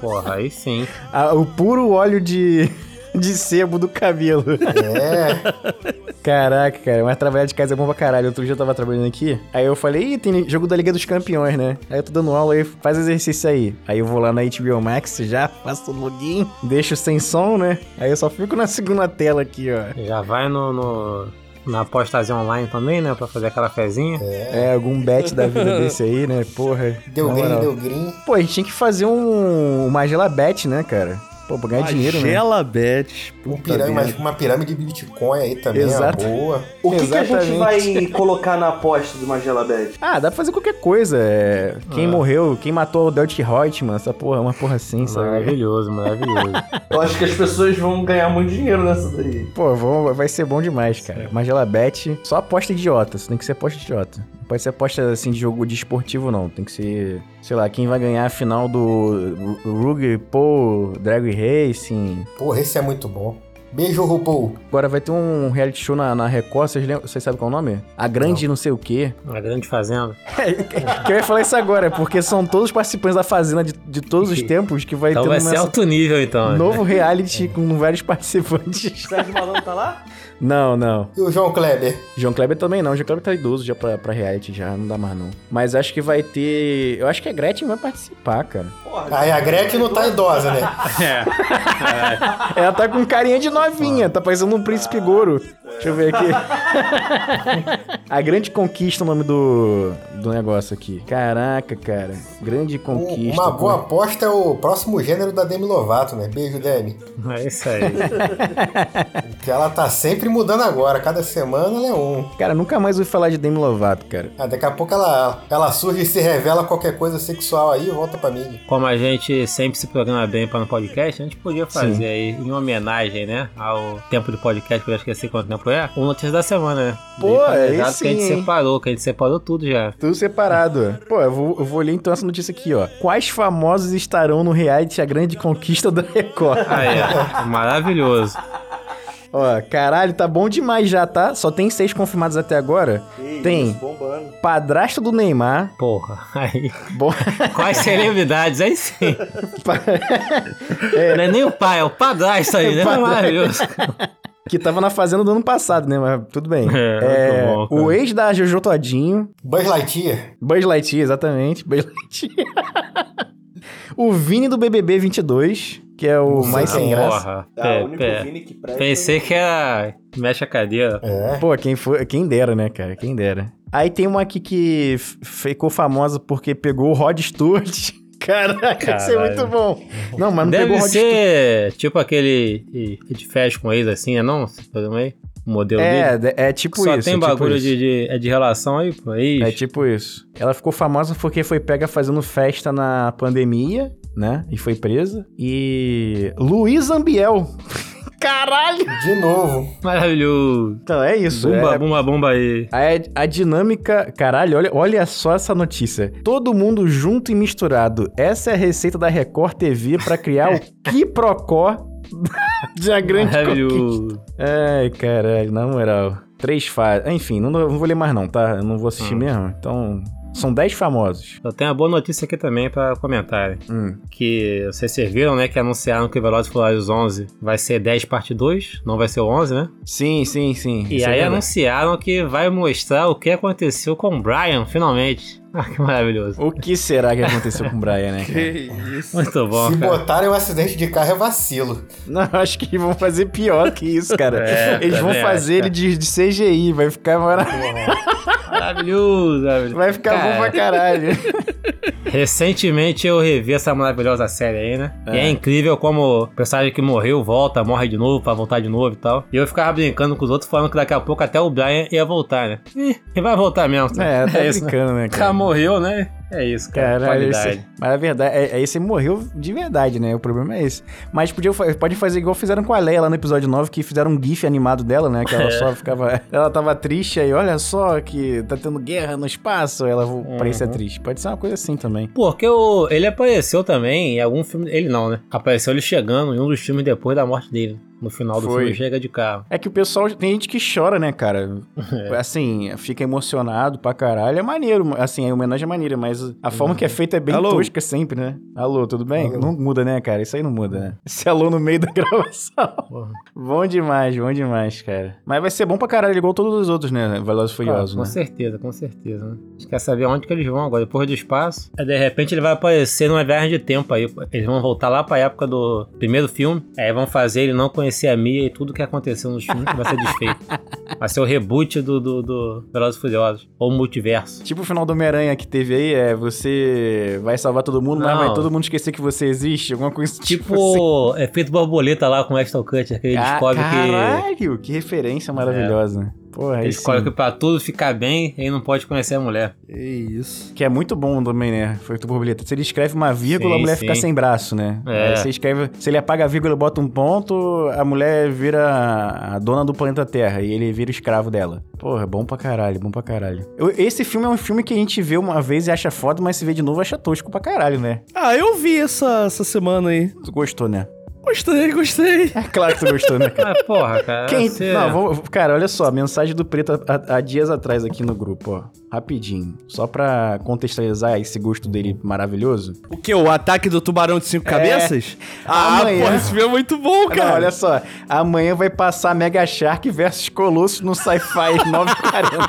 [SPEAKER 1] Porra, aí sim.
[SPEAKER 2] Ah, o puro óleo de, de sebo do cabelo.
[SPEAKER 3] é,
[SPEAKER 2] Caraca, cara, mas trabalhar de casa é bom pra caralho. Outro dia eu tava trabalhando aqui, aí eu falei, ih, tem jogo da Liga dos Campeões, né? Aí eu tô dando aula aí, faz exercício aí. Aí eu vou lá na HBO Max já, faço o login, deixo sem som, né? Aí eu só fico na segunda tela aqui, ó.
[SPEAKER 1] Já vai no, no- na apostazinha online também, né? Pra fazer aquela fezinha.
[SPEAKER 2] É, algum bet da vida desse aí, né? Porra.
[SPEAKER 3] deu
[SPEAKER 2] na
[SPEAKER 3] green,
[SPEAKER 2] moral.
[SPEAKER 3] deu green.
[SPEAKER 2] Pô, a gente tinha que fazer um, uma gelabete, né, cara? Pô, pra ganhar dinheiro, né?
[SPEAKER 4] Magela Bet.
[SPEAKER 3] Um
[SPEAKER 4] puta
[SPEAKER 3] pirâmide,
[SPEAKER 4] merda.
[SPEAKER 3] mas uma pirâmide de Bitcoin aí também
[SPEAKER 2] Exato.
[SPEAKER 3] é uma boa.
[SPEAKER 10] O que, que a gente
[SPEAKER 2] Exatamente.
[SPEAKER 10] vai colocar na aposta do Magela Bet?
[SPEAKER 2] Ah, dá pra fazer qualquer coisa. é, Quem morreu, quem matou o Delt Reutemann, essa porra, uma porra assim, sabe?
[SPEAKER 1] Maravilhoso, maravilhoso.
[SPEAKER 10] Eu acho que as pessoas vão ganhar muito dinheiro nessa daí.
[SPEAKER 2] Pô, vão- vai ser bom demais, cara. Magela Bet, só aposta idiota, você tem que ser aposta idiota. Não pode ser aposta, assim, de jogo de esportivo, não. Tem que ser, sei lá, quem vai ganhar a final do Ru- Rugby, Paul, Drag Racing.
[SPEAKER 3] Porra, esse é muito bom. Beijo, RuPaul.
[SPEAKER 2] Agora vai ter um reality show na, na Record, vocês, lembram, vocês sabem qual é o nome? A Grande Não Sei O Quê.
[SPEAKER 1] Uma grande fazenda.
[SPEAKER 2] Que eu ia falar isso agora, porque são todos os participantes da Fazenda de, de todos os tempos que vai
[SPEAKER 1] Então
[SPEAKER 2] ter
[SPEAKER 1] vai
[SPEAKER 2] uma-
[SPEAKER 1] ser alto nível, então.
[SPEAKER 2] Novo reality com vários participantes.
[SPEAKER 10] Sérgio Malandro tá lá?
[SPEAKER 2] Não, não.
[SPEAKER 3] E o João Kleber?
[SPEAKER 2] João Kleber também não. João Kleber tá idoso já pra, pra reality, já não dá mais não. Mas acho que vai ter. Eu acho que a Gretchen vai participar, cara.
[SPEAKER 10] Porra.
[SPEAKER 3] Aí a Gretchen não tá idosa, né?
[SPEAKER 2] Ela tá com carinha de novinha, tá parecendo um príncipe
[SPEAKER 10] Ah,
[SPEAKER 2] Goro. Deixa eu ver aqui. a grande conquista, o nome do, do negócio aqui. Caraca, cara. Grande
[SPEAKER 3] Um-
[SPEAKER 2] conquista.
[SPEAKER 3] Uma boa
[SPEAKER 2] pô.
[SPEAKER 3] aposta é o próximo gênero da Demi Lovato, né? Beijo, Demi.
[SPEAKER 1] né? É isso aí.
[SPEAKER 3] Que ela tá sempre mudando agora. Cada semana ela é um.
[SPEAKER 2] Cara, nunca mais ouvi falar de Demi Lovato, cara.
[SPEAKER 3] Ah, daqui a pouco ela, ela surge e se revela qualquer coisa sexual aí e volta pra mim.
[SPEAKER 1] Como a gente sempre se programa bem para no podcast, a gente podia fazer
[SPEAKER 2] Sim.
[SPEAKER 1] aí, em homenagem, né, ao tempo do podcast, que eu já esqueci quanto tempo é, o Notícias da Semana, né?
[SPEAKER 2] Pô,
[SPEAKER 1] Bem
[SPEAKER 2] aí
[SPEAKER 1] planejado,
[SPEAKER 2] sim,
[SPEAKER 1] Que a gente
[SPEAKER 2] hein?
[SPEAKER 1] separou, que a gente separou tudo já.
[SPEAKER 2] Tudo separado. é. Pô, eu vou, eu vou ler então essa notícia aqui, ó. Quais famosos estarão no reality A Grande Conquista da Record?
[SPEAKER 1] Aí, ó, maravilhoso.
[SPEAKER 2] ó, caralho, tá bom demais já, tá? Só tem seis confirmados até agora. Tem.
[SPEAKER 10] bombando.
[SPEAKER 2] Padrasto do Neymar.
[SPEAKER 1] Porra, aí.
[SPEAKER 2] Bom,
[SPEAKER 1] Quais celebridades? Aí sim.
[SPEAKER 2] pa-
[SPEAKER 1] Não é nem o pai, é o padrasto aí, né?
[SPEAKER 2] Padrasto.
[SPEAKER 1] Maravilhoso.
[SPEAKER 2] que tava na Fazenda do ano passado, né? Mas tudo bem.
[SPEAKER 1] É, muito bom, cara.
[SPEAKER 2] o ex da Jojo Todinho.
[SPEAKER 3] Buzz Lightyear.
[SPEAKER 2] Buzz Lightyear, exatamente. Buzz Lightyear. o Vini do BBB 22, que é o mais sem graça.
[SPEAKER 1] Porra.
[SPEAKER 10] Ah,
[SPEAKER 1] Pé,
[SPEAKER 10] o único
[SPEAKER 1] pé.
[SPEAKER 10] Vini que presta. é
[SPEAKER 1] Pensei que era... Mexe a cadeira.
[SPEAKER 3] É.
[SPEAKER 2] Pô, quem, foi, quem dera, né, cara? Quem dera. Aí tem uma aqui que f- ficou famosa porque pegou o Rod Stewart. Caraca, isso é
[SPEAKER 1] Caralho.
[SPEAKER 2] muito bom. Não, mas não pegou
[SPEAKER 1] Deve
[SPEAKER 2] o Rod Stewart.
[SPEAKER 1] ser tipo aquele e- e de festa com ex assim, né? Não, esse programa aí, o modelo
[SPEAKER 2] É,
[SPEAKER 1] dele.
[SPEAKER 2] de- é tipo
[SPEAKER 1] Só
[SPEAKER 2] isso.
[SPEAKER 1] tem
[SPEAKER 2] é tipo
[SPEAKER 1] bagulho
[SPEAKER 2] isso.
[SPEAKER 1] de, de- é de relação aí, pô. Ex.
[SPEAKER 2] É tipo isso. Ela ficou famosa porque foi pega fazendo festa na pandemia, né? E foi presa. E. Luiz Ambiel. Caralho!
[SPEAKER 3] De novo.
[SPEAKER 1] Maravilhoso.
[SPEAKER 2] Então é isso.
[SPEAKER 1] Bumba,
[SPEAKER 2] é-
[SPEAKER 1] bumba, bumba aí.
[SPEAKER 2] A, a dinâmica. Caralho, olha, olha só essa notícia. Todo mundo junto e misturado. Essa é a receita da Record TV pra criar o Quiprocó de a É grande conquista.
[SPEAKER 1] Maravilhoso.
[SPEAKER 2] Ai, caralho, na moral. Três fases. Enfim, não, não vou ler mais, não, tá? Eu não vou
[SPEAKER 1] Hum.
[SPEAKER 2] assistir mesmo. Então. São dez famosos.
[SPEAKER 1] Eu tenho uma boa notícia aqui também pra comentarem.
[SPEAKER 2] Hum.
[SPEAKER 1] Que vocês viram, né? Que anunciaram que o Velozes e Furiosos 11 vai ser 10 parte 2, não vai ser o 11, né?
[SPEAKER 2] Sim, sim, sim.
[SPEAKER 1] E
[SPEAKER 2] Isso é
[SPEAKER 1] aí
[SPEAKER 2] verdade.
[SPEAKER 1] anunciaram que vai mostrar o que aconteceu com o Brian, finalmente. Ah, que maravilhoso.
[SPEAKER 2] O que será que aconteceu com o Brian, né? cara?
[SPEAKER 1] Muito bom,
[SPEAKER 3] Se
[SPEAKER 1] cara.
[SPEAKER 3] botarem um acidente de carro é vacilo.
[SPEAKER 2] Não, eu acho que eles vão fazer pior que isso, cara.
[SPEAKER 1] É,
[SPEAKER 2] Eles vão
[SPEAKER 1] também
[SPEAKER 2] fazer
[SPEAKER 1] acho,
[SPEAKER 2] ele de, de CGI, vai ficar maravilhoso.
[SPEAKER 1] Maravilhoso, maravilhoso.
[SPEAKER 2] Vai ficar bom pra caralho.
[SPEAKER 1] Recentemente eu revi essa maravilhosa série aí, né? E é incrível como o personagem que morreu volta, morre de novo pra voltar de novo e tal. E eu ficava brincando com os outros, falando que daqui a pouco até o Brian ia voltar, né? Ih, vai voltar mesmo.
[SPEAKER 2] É, tá
[SPEAKER 1] isso, né?
[SPEAKER 2] brincando, né,
[SPEAKER 1] O cara
[SPEAKER 2] cara?
[SPEAKER 1] morreu, né? É isso, cara.
[SPEAKER 2] Caralho,
[SPEAKER 1] Qualidade.
[SPEAKER 2] esse- mas a verdade, é, é esse aí morreu de verdade, né? O problema é esse. Mas podia, fa- pode fazer igual fizeram com a Leia lá no episódio 9, que fizeram um gif animado dela, né? Que ela só ficava. Ela tava triste aí, olha só que tá tendo guerra no espaço. Ela uhum. parecia triste. Pode ser uma coisa assim também.
[SPEAKER 1] Porque o, ele apareceu também em algum filme. Ele não, né? Apareceu ele chegando em um dos filmes depois da morte dele. No final do
[SPEAKER 2] Foi.
[SPEAKER 1] filme, chega de carro.
[SPEAKER 2] É que o pessoal. Tem gente que chora, né, cara?
[SPEAKER 1] É.
[SPEAKER 2] Assim, fica emocionado pra caralho. É maneiro, assim, a homenagem é maneira, mas a forma que é feita é bem
[SPEAKER 4] Alô?
[SPEAKER 2] tosca sempre, né? Alô, tudo bem? Não muda, né, cara? Isso aí não muda, né? Esse alô no meio da gravação.
[SPEAKER 1] Porra.
[SPEAKER 2] bom demais, bom demais, cara. Mas vai ser bom pra caralho, igual todos os outros, né? Velozes e Furiosos,
[SPEAKER 1] Ah, com
[SPEAKER 2] né?
[SPEAKER 1] certeza, com certeza. Né? A gente quer saber onde que eles vão agora, depois do espaço. Aí, É, de repente ele vai aparecer numa viagem de tempo aí. Eles vão voltar lá pra época do primeiro filme. Aí vão fazer ele não aparecer a Mia e tudo que aconteceu nos filmes vai ser desfeito. Vai ser o reboot do, do, do Velozes e Furiosos. Ou multiverso.
[SPEAKER 2] Tipo o final do Homem-Aranha que teve aí, é você vai salvar todo mundo, mas
[SPEAKER 1] Não.
[SPEAKER 2] vai todo mundo esquecer que você existe, alguma coisa assim.
[SPEAKER 1] Tipo, Ah, é feito borboleta lá com o Ashton Kutcher, que ele
[SPEAKER 2] Ca-
[SPEAKER 1] descobre que...
[SPEAKER 2] Caralho, que referência maravilhosa. Porra,
[SPEAKER 1] Ele
[SPEAKER 2] aí
[SPEAKER 1] descobre
[SPEAKER 2] sim.
[SPEAKER 1] que pra tudo ficar bem, ele não pode conhecer a mulher.
[SPEAKER 4] É isso.
[SPEAKER 2] Que é muito bom também, né? Foi o borboleta. Se ele escreve uma vírgula,
[SPEAKER 1] Sim,
[SPEAKER 2] a mulher
[SPEAKER 1] sim.
[SPEAKER 2] fica sem braço, né?
[SPEAKER 1] É.
[SPEAKER 2] Aí você escreve. Se ele apaga a vírgula e bota um ponto, a mulher vira a dona do planeta Terra e ele vira o escravo dela. Porra, bom pra caralho, bom pra caralho. Eu- esse filme é um filme que a gente vê uma vez e acha foda, mas se vê de novo acha tosco pra caralho, né?
[SPEAKER 4] Ah, eu vi essa, essa semana aí.
[SPEAKER 2] Tu gostou, né?
[SPEAKER 4] Gostei, gostei.
[SPEAKER 2] É claro que tu gostou, né, cara? é.
[SPEAKER 1] Ah, porra, cara.
[SPEAKER 2] Quem-
[SPEAKER 1] você-
[SPEAKER 2] Não, vou- vou- cara, olha só, a mensagem do Preto há, há dias atrás aqui no grupo, ó. Rapidinho. Só pra contextualizar esse gosto dele maravilhoso.
[SPEAKER 4] O que? O ataque do tubarão de cinco
[SPEAKER 2] É.
[SPEAKER 4] cabeças? Ah,
[SPEAKER 2] Amanhã.
[SPEAKER 4] porra, esse filme é muito bom,
[SPEAKER 2] Não,
[SPEAKER 4] cara.
[SPEAKER 2] olha só. Amanhã vai passar Mega Shark versus Colosso no Sci-Fi 940.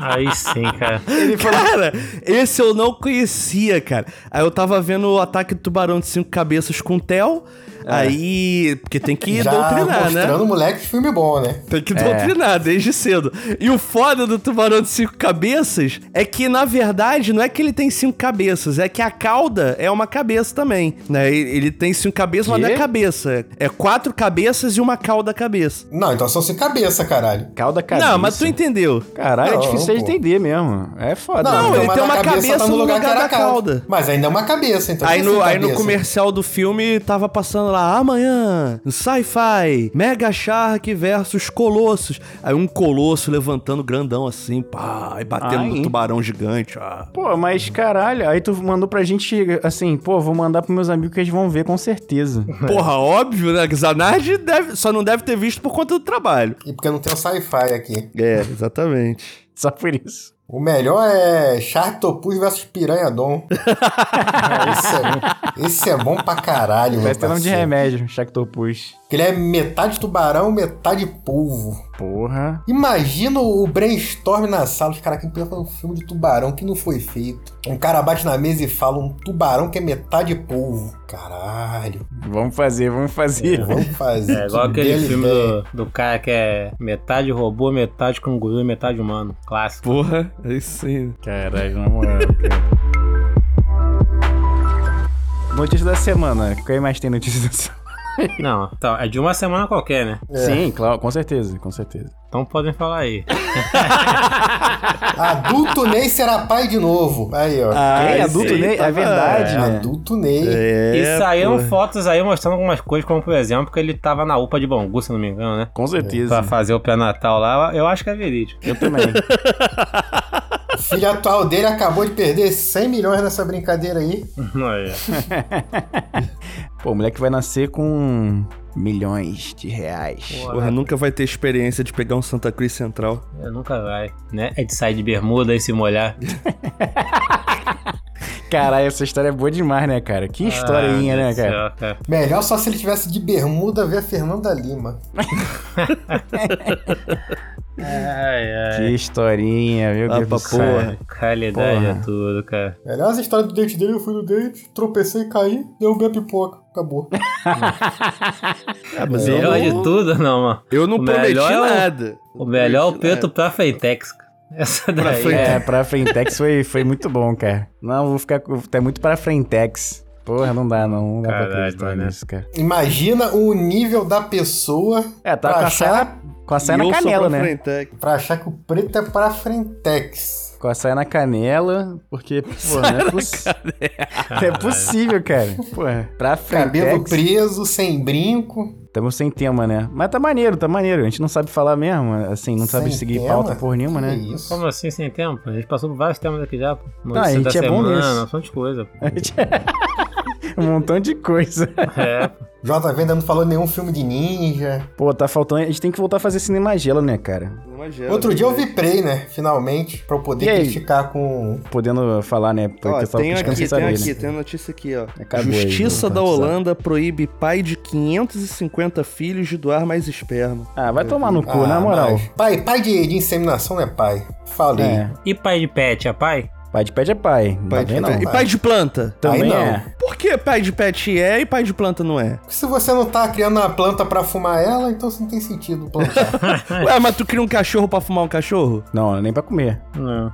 [SPEAKER 1] Aí sim, cara.
[SPEAKER 2] Ele falou.
[SPEAKER 4] Cara, esse eu não conhecia, cara. Aí eu tava vendo o ataque do tubarão de cinco cabeças com o Theo. Aí. Porque tem que
[SPEAKER 3] Já
[SPEAKER 4] doutrinar, né?
[SPEAKER 3] mostrando o moleque de filme bom, né?
[SPEAKER 4] Tem que doutrinar desde cedo. E o foda do tubarão de cinco cabeças é que, na verdade, não é que ele tem cinco cabeças, é que a cauda é uma cabeça também. Né? E- Ele tem cinco cabeças, mas não é
[SPEAKER 2] Quê?
[SPEAKER 4] cabeça. É quatro cabeças e uma cauda cabeça.
[SPEAKER 3] Não, então são sem cabeça, caralho.
[SPEAKER 2] Calda cabeça.
[SPEAKER 4] Não, mas tu entendeu.
[SPEAKER 2] Caralho, é
[SPEAKER 3] Não,
[SPEAKER 2] difícil de
[SPEAKER 3] pô.
[SPEAKER 2] entender mesmo. É foda.
[SPEAKER 4] Ah, Não,
[SPEAKER 2] né?
[SPEAKER 4] ele
[SPEAKER 3] então mas tá
[SPEAKER 4] tem
[SPEAKER 3] a
[SPEAKER 4] uma cabeça no lugar da cauda.
[SPEAKER 3] Mas ainda é uma cabeça, então.
[SPEAKER 4] Aí
[SPEAKER 3] não
[SPEAKER 4] no,
[SPEAKER 3] é sem
[SPEAKER 4] aí no
[SPEAKER 3] cabeça.
[SPEAKER 4] comercial do filme tava passando lá, amanhã, sci-fi, Mega Shark versus Colossos. Aí um colosso levantando grandão assim, pá, e batendo
[SPEAKER 2] Ai.
[SPEAKER 4] no tubarão gigante. Ah.
[SPEAKER 2] Pô, mas caralho, aí tu mandou pra gente assim, pô, vou mandar pros meus amigos que eles vão ver com certeza.
[SPEAKER 4] Porra, óbvio, né? Que Zanardi deve, só não deve ter visto por conta do trabalho.
[SPEAKER 3] E porque não tem o sci-fi aqui.
[SPEAKER 4] É, exatamente.
[SPEAKER 2] Só por isso.
[SPEAKER 3] O melhor é Chartopus versus Piranhadon. esse, é, esse é bom pra caralho, meu
[SPEAKER 2] Parece ter nome de
[SPEAKER 3] parceiro.
[SPEAKER 2] remédio, Shactopus.
[SPEAKER 3] Porque ele é metade tubarão, metade polvo.
[SPEAKER 2] Porra.
[SPEAKER 3] Imagina o brainstorm na sala. Os caras, quem pensa um filme de tubarão que não foi feito. Um cara bate na mesa e fala um tubarão que é metade polvo. Caralho.
[SPEAKER 2] Vamos fazer, vamos fazer.
[SPEAKER 3] Vamos fazer.
[SPEAKER 1] É igual
[SPEAKER 3] Que
[SPEAKER 1] aquele
[SPEAKER 3] bela
[SPEAKER 1] filme
[SPEAKER 3] ideia.
[SPEAKER 1] do, do cara que é metade robô, metade canguru e metade humano. Clássico.
[SPEAKER 4] Porra, é isso aí.
[SPEAKER 2] Caralho, na moral, cara. Notícia da semana. Quem mais tem notícia da semana?
[SPEAKER 1] Não, então, é de uma semana qualquer, né?
[SPEAKER 2] É.
[SPEAKER 4] É.
[SPEAKER 2] Sim, claro, com certeza, com certeza.
[SPEAKER 1] Então podem falar aí.
[SPEAKER 3] Adulto Ney será pai de novo. Aí, ó.
[SPEAKER 4] Ah,
[SPEAKER 2] Quem é
[SPEAKER 4] esse
[SPEAKER 2] adulto
[SPEAKER 4] aí
[SPEAKER 2] nem.
[SPEAKER 4] tava-
[SPEAKER 2] É verdade, né?
[SPEAKER 3] Adulto Ney.
[SPEAKER 4] É,
[SPEAKER 1] e saíram
[SPEAKER 4] porra.
[SPEAKER 1] fotos aí mostrando algumas coisas, como por exemplo, que ele tava na UPA de Bangu, se não me engano, né?
[SPEAKER 2] Com certeza.
[SPEAKER 1] Pra fazer o pré-natal lá, eu acho que é verídico.
[SPEAKER 2] Eu também.
[SPEAKER 3] O filho atual dele acabou de perder 100 milhões nessa brincadeira aí.
[SPEAKER 1] Olha.
[SPEAKER 2] Pô, o moleque vai nascer com milhões de reais.
[SPEAKER 4] Porra, nunca vai ter experiência de pegar um Santa Cruz Central.
[SPEAKER 1] É, Nunca vai, né? É de sair de bermuda e se molhar.
[SPEAKER 2] Caralho, essa história é boa demais, né, cara? Que historinha,
[SPEAKER 1] Ah,
[SPEAKER 2] né,
[SPEAKER 1] meu
[SPEAKER 2] cara?
[SPEAKER 1] céu, cara?
[SPEAKER 3] Melhor só se ele tivesse de bermuda ver a Fernanda Lima.
[SPEAKER 1] Ai, ai.
[SPEAKER 2] Que historinha, meu
[SPEAKER 4] Ah,
[SPEAKER 2] Deus do
[SPEAKER 4] pra
[SPEAKER 2] céu.
[SPEAKER 4] porra.
[SPEAKER 1] Qualidade
[SPEAKER 2] Porra.
[SPEAKER 1] é tudo, cara.
[SPEAKER 3] Melhor as histórias do dente dele, eu fui no dente, tropecei, caí, derrubei a pipoca. Acabou. É,
[SPEAKER 4] Ah, mas eu
[SPEAKER 1] Melhor de
[SPEAKER 4] não,
[SPEAKER 1] tudo, não, mano.
[SPEAKER 4] eu não
[SPEAKER 1] O
[SPEAKER 4] prometi
[SPEAKER 1] melhor é o-
[SPEAKER 4] nada.
[SPEAKER 1] O melhor é o
[SPEAKER 4] Prometi nada.
[SPEAKER 1] preto pra Frentex. cara. Essa
[SPEAKER 4] Pra
[SPEAKER 1] daí.
[SPEAKER 4] Frentex.
[SPEAKER 2] É, pra Frentex foi, foi muito bom, cara. Não, vou ficar. com- Tá muito pra Frentex. Porra, não dá, não. Não dá
[SPEAKER 1] Caralho,
[SPEAKER 2] pra acreditar
[SPEAKER 1] mano.
[SPEAKER 2] nisso, cara.
[SPEAKER 3] Imagina o nível da pessoa
[SPEAKER 2] É, tá
[SPEAKER 3] pra,
[SPEAKER 2] com a saia,
[SPEAKER 3] achar,
[SPEAKER 2] com a saia
[SPEAKER 4] E
[SPEAKER 2] na
[SPEAKER 4] eu sou
[SPEAKER 2] canela,
[SPEAKER 4] pra é,
[SPEAKER 2] né?
[SPEAKER 4] Frentex.
[SPEAKER 3] pra achar que o preto é pra frentex.
[SPEAKER 2] Com a saia na canela, porque, pô, não é possível. Não é possível, cara. Porra, pra
[SPEAKER 3] Cabelo
[SPEAKER 2] Frentex.
[SPEAKER 3] preso, sem brinco.
[SPEAKER 2] Estamos sem tema, né? Mas tá maneiro, tá maneiro. A gente não sabe falar mesmo, assim, não sabe
[SPEAKER 3] Sem
[SPEAKER 2] seguir
[SPEAKER 3] tema?
[SPEAKER 2] pauta por nenhuma,
[SPEAKER 3] Que
[SPEAKER 2] né?
[SPEAKER 3] Isso.
[SPEAKER 1] Como assim sem tempo? A gente passou por vários temas aqui já. pô.
[SPEAKER 2] a
[SPEAKER 1] Notícia
[SPEAKER 2] gente
[SPEAKER 1] da
[SPEAKER 2] é bom
[SPEAKER 1] semana,
[SPEAKER 2] nisso.
[SPEAKER 1] Um monte de coisa. pô.
[SPEAKER 2] um montão de coisa.
[SPEAKER 1] É,
[SPEAKER 3] JV ainda não falou nenhum filme de ninja.
[SPEAKER 2] Pô, tá faltando. A gente tem que voltar a fazer cinemagela, né, cara?
[SPEAKER 4] Imagina,
[SPEAKER 3] Outro dia eu
[SPEAKER 4] né?
[SPEAKER 3] vi Prey, né? Finalmente, pra eu
[SPEAKER 2] E
[SPEAKER 3] poder
[SPEAKER 2] aí?
[SPEAKER 3] criticar com
[SPEAKER 2] Podendo falar, né? Porque
[SPEAKER 4] Ó,
[SPEAKER 2] eu tava
[SPEAKER 4] tem
[SPEAKER 2] criticando
[SPEAKER 4] aqui,
[SPEAKER 2] sem saber,
[SPEAKER 4] tem
[SPEAKER 2] né?
[SPEAKER 4] aqui, tem a notícia aqui, ó.
[SPEAKER 2] Acabou aí,
[SPEAKER 4] Justiça
[SPEAKER 2] meu,
[SPEAKER 4] da
[SPEAKER 2] tá
[SPEAKER 4] Holanda proíbe pai de 550 filhos de doar mais esperma.
[SPEAKER 2] Ah, vai tomar no cu,
[SPEAKER 3] Ah,
[SPEAKER 2] na moral.
[SPEAKER 3] mas Pai, pai de, de inseminação não é pai. Falei.
[SPEAKER 2] É.
[SPEAKER 1] E pai de pet é pai?
[SPEAKER 2] Pai de pet é pai. Não
[SPEAKER 4] Pai de
[SPEAKER 2] vem, não.
[SPEAKER 4] pet. E pai de planta?
[SPEAKER 2] Também
[SPEAKER 3] Aí não.
[SPEAKER 2] é.
[SPEAKER 4] Por que pai de pet é e pai de planta não é?
[SPEAKER 3] Se você não tá criando uma planta pra fumar ela, então isso não tem sentido plantar.
[SPEAKER 4] Ué, mas tu cria um cachorro pra fumar um cachorro?
[SPEAKER 2] Não, nem pra comer.
[SPEAKER 1] Não.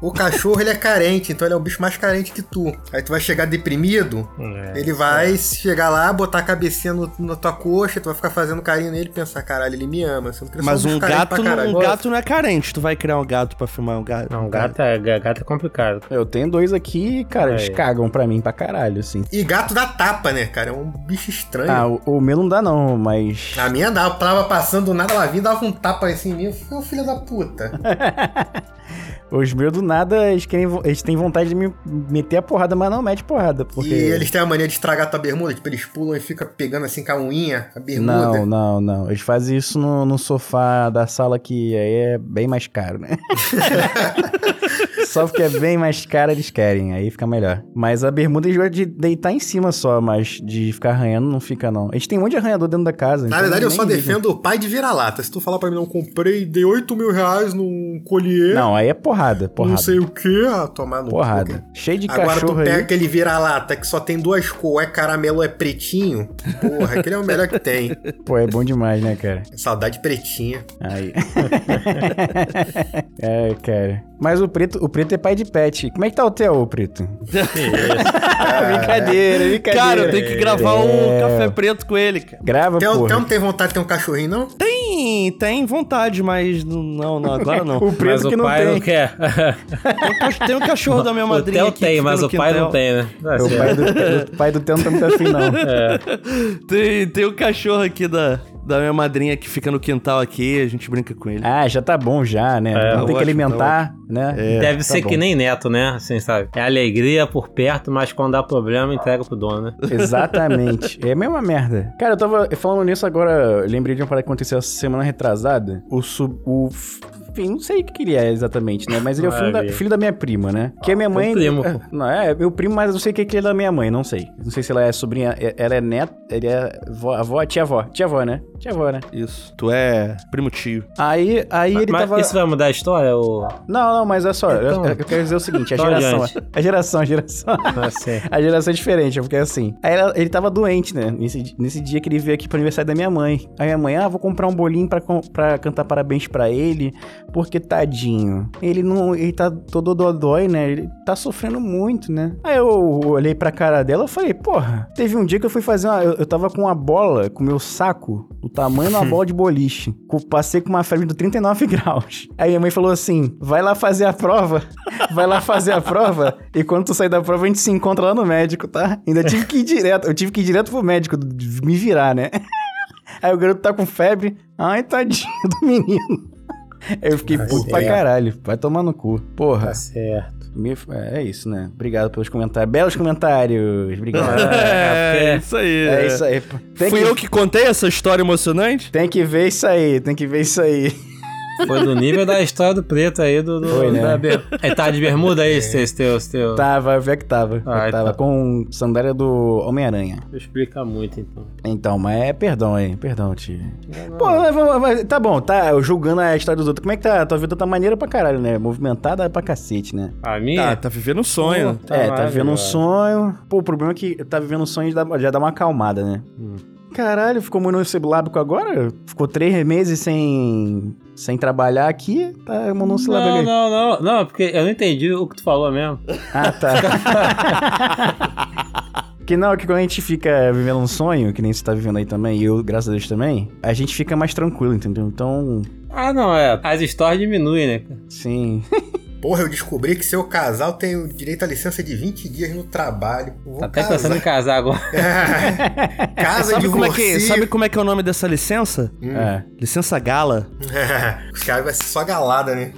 [SPEAKER 3] o cachorro, ele é carente, então ele é o bicho mais carente que tu. Aí tu vai chegar deprimido,
[SPEAKER 1] É.
[SPEAKER 3] ele vai chegar lá, botar a cabecinha no- na tua coxa, tu vai ficar fazendo carinho nele e pensar, caralho, ele me ama. Sendo que ele é só
[SPEAKER 4] Mas
[SPEAKER 3] bicho
[SPEAKER 4] um
[SPEAKER 3] carente
[SPEAKER 4] gato,
[SPEAKER 3] pra
[SPEAKER 4] não,
[SPEAKER 3] caralho.
[SPEAKER 4] um gato não é carente. Tu vai criar um gato pra fumar um gato.
[SPEAKER 1] Não, gato é, gato é complicado.
[SPEAKER 2] Eu tenho dois aqui, cara, eles
[SPEAKER 1] Aí.
[SPEAKER 2] cagam pra mim pra caralho, assim.
[SPEAKER 3] E gato dá tapa, né, cara? É um bicho estranho.
[SPEAKER 2] Ah, o, o meu não dá não, mas...
[SPEAKER 3] A minha dava, tava passando do nada, ela vinha, dava um tapa assim em mim. Eu falei, ô filho da puta.
[SPEAKER 2] Os meus do nada, eles, querem, vo- eles têm vontade de me meter a porrada, mas não mete porrada, porque...
[SPEAKER 3] E eles têm a mania de estragar tua bermuda, tipo, eles pulam e ficam pegando assim com a unha, a bermuda.
[SPEAKER 2] Não, não, não. Eles fazem isso no, no sofá da sala que aí é bem mais caro, né? só porque é bem mais caro eles querem, aí fica melhor. Mas a bermuda eles gostam de deitar em cima só, mas de ficar arranhando não fica não. Eles têm um monte de arranhador dentro da casa.
[SPEAKER 3] Na
[SPEAKER 2] então
[SPEAKER 3] verdade, eu
[SPEAKER 2] nem
[SPEAKER 3] só
[SPEAKER 2] ligam.
[SPEAKER 3] defendo o pai de vira-lata. Se tu falar pra mim, não, comprei, dei 8 mil reais num collier, não,
[SPEAKER 2] Não, aí é porrada, porrada.
[SPEAKER 3] sei o que, ah, tomar no cu,
[SPEAKER 2] Porrada.
[SPEAKER 3] cara.
[SPEAKER 2] Cheio de
[SPEAKER 3] Agora tu
[SPEAKER 2] cachorro é
[SPEAKER 3] pega
[SPEAKER 2] aí.
[SPEAKER 3] aquele vira-lata que só tem duas cores, é caramelo, é pretinho. Porra, aquele é o melhor que tem.
[SPEAKER 2] Pô, é bom demais, né, cara?
[SPEAKER 3] Saudade pretinha.
[SPEAKER 2] Aí. é, cara. Mas o preto, o preto é pai de pet. Como é que tá o teu, ô preto? é brincadeira, brincadeira.
[SPEAKER 4] Cara, eu tenho que gravar um
[SPEAKER 2] É.
[SPEAKER 4] café preto com ele, cara.
[SPEAKER 2] Grava,
[SPEAKER 3] Tem,
[SPEAKER 2] porra.
[SPEAKER 3] tem, tem vontade de ter um cachorrinho, não?
[SPEAKER 4] Tem, tem vontade, mas não, não, não, agora não.
[SPEAKER 2] O
[SPEAKER 1] Mas
[SPEAKER 2] preto
[SPEAKER 1] o
[SPEAKER 2] que não
[SPEAKER 1] pai
[SPEAKER 2] tem.
[SPEAKER 1] não quer.
[SPEAKER 4] Tem um cach- Tem um cachorro da minha
[SPEAKER 1] o
[SPEAKER 4] madrinha
[SPEAKER 1] Theo
[SPEAKER 4] aqui.
[SPEAKER 1] tem,
[SPEAKER 4] que fica
[SPEAKER 1] mas
[SPEAKER 4] no
[SPEAKER 1] o pai não
[SPEAKER 4] quintal.
[SPEAKER 1] tem, né? Tá
[SPEAKER 2] O
[SPEAKER 1] certo.
[SPEAKER 2] pai do, o pai do Theo não tá muito afim, não.
[SPEAKER 4] É. Tem, tem um cachorro aqui da, da minha madrinha que fica no quintal aqui, a gente brinca com ele.
[SPEAKER 2] Ah, já tá bom já, né?
[SPEAKER 4] tá
[SPEAKER 2] não tem
[SPEAKER 4] ótimo,
[SPEAKER 2] que
[SPEAKER 4] É,
[SPEAKER 2] alimentar, né?
[SPEAKER 1] Deve
[SPEAKER 2] tá
[SPEAKER 1] ser
[SPEAKER 2] bom.
[SPEAKER 1] que nem neto, né? Assim, sabe? É alegria por perto, mas quando dá problema, entrega pro dono, né?
[SPEAKER 2] Exatamente. É a mesma merda. Cara, eu tava falando nisso agora, eu lembrei de uma parada que aconteceu essa semana retrasada. O sub... O... f- Enfim, não sei o que que ele é exatamente, né? Mas ele é o filho da,
[SPEAKER 1] Maravilha.
[SPEAKER 2] filho da minha prima, né? Que a minha mãe...
[SPEAKER 1] Ah, é primo, pô.
[SPEAKER 2] Não, é, meu primo, mas eu não sei o que que ele é da minha mãe, não sei. Não sei se ela é sobrinha... é- Ela é neta... Ele é vó, avó, tia-avó. Tia-avó, né? Tia-avó, né?
[SPEAKER 4] Isso. Tu é primo tio.
[SPEAKER 2] Aí, aí ele
[SPEAKER 1] mas
[SPEAKER 2] tava...
[SPEAKER 1] isso vai mudar a história? Ou...
[SPEAKER 2] Não, não, mas é só, eu-
[SPEAKER 1] Então-
[SPEAKER 2] eu, eu quero dizer o seguinte, a
[SPEAKER 1] Então
[SPEAKER 2] geração,
[SPEAKER 1] adiante.
[SPEAKER 2] a geração, a geração,
[SPEAKER 1] Assim.
[SPEAKER 2] a geração é diferente, porque assim, aí ela- ele tava doente, né, nesse, di- nesse dia que ele veio aqui pro aniversário da minha mãe, aí minha mãe, ah, vou comprar um bolinho pra, com- pra cantar parabéns pra ele, porque tadinho, ele não, ele tá todo dodói, né, ele tá sofrendo muito, né, aí eu olhei pra cara dela e falei, porra, teve um dia que eu fui fazer uma, eu, eu tava com uma bola, com o meu saco, o tamanho de uma bola de boliche, com- passei com uma febre de 39 graus, aí minha mãe falou assim, vai lá fazer a prova, vai lá fazer a prova e quando tu sair da prova a gente se encontra lá no médico, tá? Ainda tive que ir direto, eu tive que ir direto pro médico d- me virar, né? Aí o garoto tá com febre, ai tadinho do menino. Aí eu fiquei puto pra
[SPEAKER 3] certo.
[SPEAKER 2] caralho, vai tomar no cu. Porra,
[SPEAKER 1] Tá certo.
[SPEAKER 2] me- é isso, né? Obrigado pelos comentários, belos comentários, obrigado.
[SPEAKER 1] É, porque-
[SPEAKER 4] É, isso aí.
[SPEAKER 2] É isso aí. pô. Tem
[SPEAKER 4] Fui
[SPEAKER 2] que,
[SPEAKER 4] eu que contei essa história emocionante?
[SPEAKER 2] tem que ver isso aí, tem que ver isso aí.
[SPEAKER 1] Foi do nível da história do preto aí, do. do
[SPEAKER 2] Foi, né? Tá.
[SPEAKER 1] da ber- É, tá de bermuda aí, esse, esse teu. Esse teu.
[SPEAKER 2] Tava, vê que tava.
[SPEAKER 1] Ah,
[SPEAKER 2] eu tava
[SPEAKER 1] tá.
[SPEAKER 2] com sandália do Homem-Aranha.
[SPEAKER 1] Explica muito, então.
[SPEAKER 2] Então, mas é perdão aí, perdão, tio. Pô, mas, mas- mas- tá bom, tá eu julgando a história dos outros. Como é que tá? Tua vida tá maneira pra caralho, né? Movimentada pra cacete, né?
[SPEAKER 1] A minha?
[SPEAKER 4] Tá, tá vivendo um sonho.
[SPEAKER 1] Tá
[SPEAKER 2] é, tá
[SPEAKER 1] maravilhoso.
[SPEAKER 2] vivendo um sonho. Pô, o problema é que tá vivendo um sonho e dá- já dá uma acalmada, né?
[SPEAKER 1] Hum.
[SPEAKER 2] Caralho, ficou monossilábico agora? Ficou três meses sem, sem trabalhar aqui? Tá monossilábico
[SPEAKER 1] Não,
[SPEAKER 2] aí.
[SPEAKER 1] não, não, não, porque eu não entendi o que tu falou mesmo.
[SPEAKER 2] Ah, tá. Que não, que quando a gente fica vivendo um sonho, que nem você tá vivendo aí também, e eu, graças a Deus, também, a gente fica mais tranquilo, entendeu? Então,
[SPEAKER 1] Ah, não, é. As histórias diminuem, né?
[SPEAKER 2] Sim.
[SPEAKER 3] Porra, eu descobri que seu casal tem o direito à licença de 20 dias no trabalho. Vou
[SPEAKER 1] Tá até
[SPEAKER 2] né?
[SPEAKER 1] pensando em casar agora.
[SPEAKER 3] Casa
[SPEAKER 4] Sabe
[SPEAKER 3] de
[SPEAKER 4] como, é que,
[SPEAKER 3] divorcio.
[SPEAKER 4] sabe como é que é o nome dessa licença?
[SPEAKER 1] Hum.
[SPEAKER 2] É.
[SPEAKER 4] Licença gala.
[SPEAKER 3] Os caras vai ser só galada, né?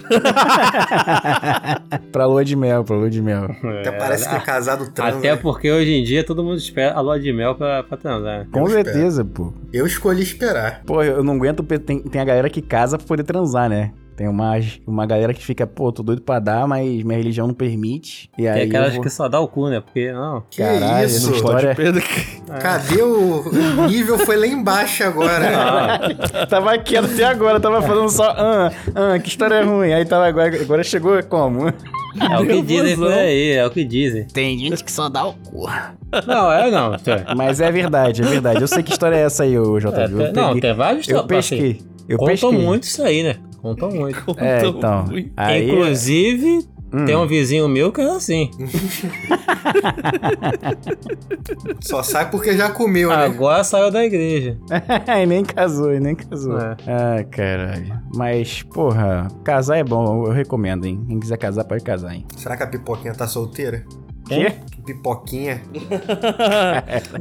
[SPEAKER 2] pra lua de mel, pra lua de mel.
[SPEAKER 3] Até
[SPEAKER 4] É,
[SPEAKER 3] parece
[SPEAKER 4] ah,
[SPEAKER 3] ter casado trans.
[SPEAKER 1] É,
[SPEAKER 2] né?
[SPEAKER 3] né?
[SPEAKER 1] Até porque hoje em dia todo mundo espera a lua de mel pra, pra transar. né?
[SPEAKER 2] Com
[SPEAKER 3] Eu
[SPEAKER 2] certeza, pô.
[SPEAKER 3] Eu escolhi esperar.
[SPEAKER 2] Pô, eu não aguento. pe- Tem, tem a galera que casa pra poder transar, né? Tem uma, uma galera que fica, pô, tô doido pra dar, mas minha religião não permite. E aí
[SPEAKER 1] Tem aquelas
[SPEAKER 2] eu vou...
[SPEAKER 1] que só dá o cu, né? Porque, não.
[SPEAKER 2] Que Caralho, isso? essa história-
[SPEAKER 4] Pedro,
[SPEAKER 3] Cadê o o nível? Foi lá embaixo
[SPEAKER 4] Ah.
[SPEAKER 1] Ah,
[SPEAKER 3] agora.
[SPEAKER 2] tava quieto até agora, tava falando só, ah, ah, que história ruim. Aí tava agora, agora chegou como?
[SPEAKER 1] É o que dizem por aí, é o que dizem.
[SPEAKER 6] Tem gente que só dá o cu.
[SPEAKER 1] Não, é não.
[SPEAKER 2] Mas é verdade, é verdade. Eu sei que história é essa aí, ô JV.
[SPEAKER 1] É,
[SPEAKER 2] Eu
[SPEAKER 1] tem- não,
[SPEAKER 2] peguei-
[SPEAKER 1] tem vários
[SPEAKER 2] Eu
[SPEAKER 1] tópicos,
[SPEAKER 2] pesquei.
[SPEAKER 1] assim.
[SPEAKER 2] eu
[SPEAKER 1] Contam
[SPEAKER 2] pesquei.
[SPEAKER 1] muito isso aí, né? Contam muito.
[SPEAKER 2] É, então. Aí, hum.
[SPEAKER 1] Inclusive, tem um vizinho meu que é assim.
[SPEAKER 3] Só sai porque já comeu, né?
[SPEAKER 1] Agora saiu da igreja.
[SPEAKER 2] e nem casou, e nem casou.
[SPEAKER 1] É.
[SPEAKER 2] Ah, caralho. Mas, porra, casar é bom, eu recomendo, hein? Quem quiser casar, pode casar, hein?
[SPEAKER 3] Será que a pipoquinha tá solteira?
[SPEAKER 2] Quê?
[SPEAKER 3] Que Pipoquinha.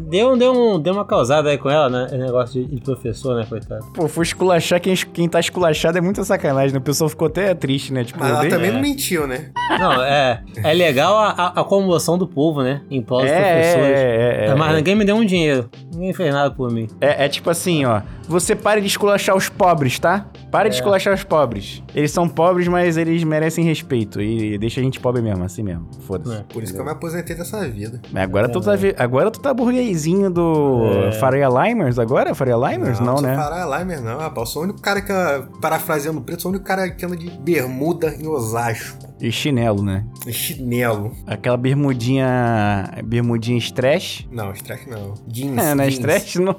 [SPEAKER 1] Deu, deu, um- deu uma causada aí com ela, né? Esse negócio de, de professor, né, coitado?
[SPEAKER 2] Pô, fui esculachar quem, quem tá esculachado é muita sacanagem, né? O pessoal ficou até triste, né? Tipo,
[SPEAKER 3] Mas ela
[SPEAKER 2] bem-
[SPEAKER 3] Ah, também não mentiu, né?
[SPEAKER 1] Não, é. É legal a, a, a comoção do povo, né? Em prol dos
[SPEAKER 2] É,
[SPEAKER 1] professores.
[SPEAKER 2] é, é, é,
[SPEAKER 1] Mas
[SPEAKER 2] é.
[SPEAKER 1] ninguém me deu um dinheiro. Ninguém fez nada por mim.
[SPEAKER 2] É, é tipo assim, ó. Você pare de esculachar os pobres, tá? Pare de esculachar os pobres. Eles são pobres, mas eles merecem respeito. E deixa a gente pobre mesmo, assim mesmo. Foda-se.
[SPEAKER 3] Por isso que eu me aposentei dessa vida.
[SPEAKER 2] Mas Agora, tu tá, vi- agora tu tá burguesinho do
[SPEAKER 1] É.
[SPEAKER 2] Faria Limers agora? Faria Limers? Não,
[SPEAKER 3] não
[SPEAKER 2] né?
[SPEAKER 3] Parar lá, meu não, rapaz. Eu sou o único cara que, ah, parafraseando o preto, sou o único cara que anda de bermuda em Osasco.
[SPEAKER 2] E chinelo, né?
[SPEAKER 3] Em Chinelo.
[SPEAKER 2] Aquela bermudinha. bermudinha stretch.
[SPEAKER 3] Não, stretch não. Jeans.
[SPEAKER 2] É, não é
[SPEAKER 3] jeans.
[SPEAKER 2] stretch, não.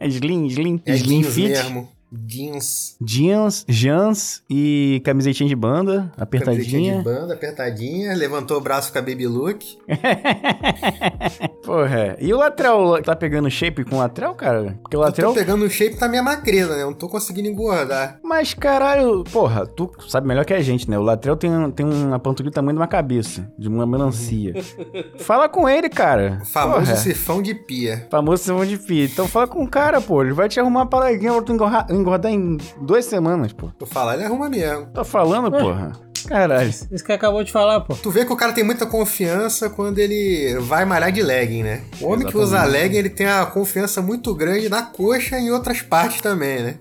[SPEAKER 2] slim, slim.
[SPEAKER 3] É
[SPEAKER 2] slim
[SPEAKER 3] jeans
[SPEAKER 2] fit.
[SPEAKER 3] mesmo. Jeans.
[SPEAKER 2] Jeans, jans e camisetinha de banda,
[SPEAKER 3] Camisetinha
[SPEAKER 2] apertadinha.
[SPEAKER 3] De banda, apertadinha. Levantou o braço com a baby look.
[SPEAKER 2] Porra, é. e o lateral tá pegando shape com o lateral, cara? Porque o
[SPEAKER 3] Eu
[SPEAKER 2] lateral.
[SPEAKER 3] tô pegando o shape da minha magreza, né? Eu não tô conseguindo engordar.
[SPEAKER 2] Mas caralho, porra, tu sabe melhor que a gente, né? O lateral tem, tem uma panturrilha do tamanho de uma cabeça, de uma melancia. fala com ele, cara.
[SPEAKER 3] O famoso
[SPEAKER 2] Porra.
[SPEAKER 3] sifão de pia.
[SPEAKER 2] Famoso Simão de Pia. Então fala com o cara, pô. Ele vai te arrumar uma paradinha pra tu engorra- engordar em duas semanas, pô.
[SPEAKER 3] Tu fala, ele arruma mesmo.
[SPEAKER 2] Tô falando,
[SPEAKER 3] É.
[SPEAKER 2] porra. Caralho.
[SPEAKER 1] Isso que acabou de falar, pô.
[SPEAKER 3] Tu vê que o cara tem muita confiança quando ele vai malhar de legging, né? O homem que usa legging, ele tem a confiança muito grande na coxa e em outras partes também, né?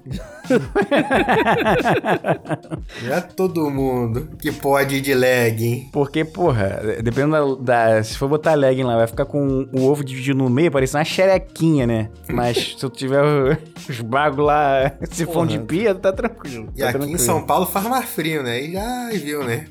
[SPEAKER 3] Não é todo mundo que pode ir de legging.
[SPEAKER 2] Porque, porra, dependendo da, da- Se for botar legging lá, vai ficar com o ovo dividido no meio, parecendo uma xerequinha, né? Mas se eu tiver o- os bagos lá, se for de pia, tá tranquilo.
[SPEAKER 3] E
[SPEAKER 2] tá
[SPEAKER 3] aqui em
[SPEAKER 2] tranquilo.
[SPEAKER 3] São Paulo faz mais frio, né? E já viu, né?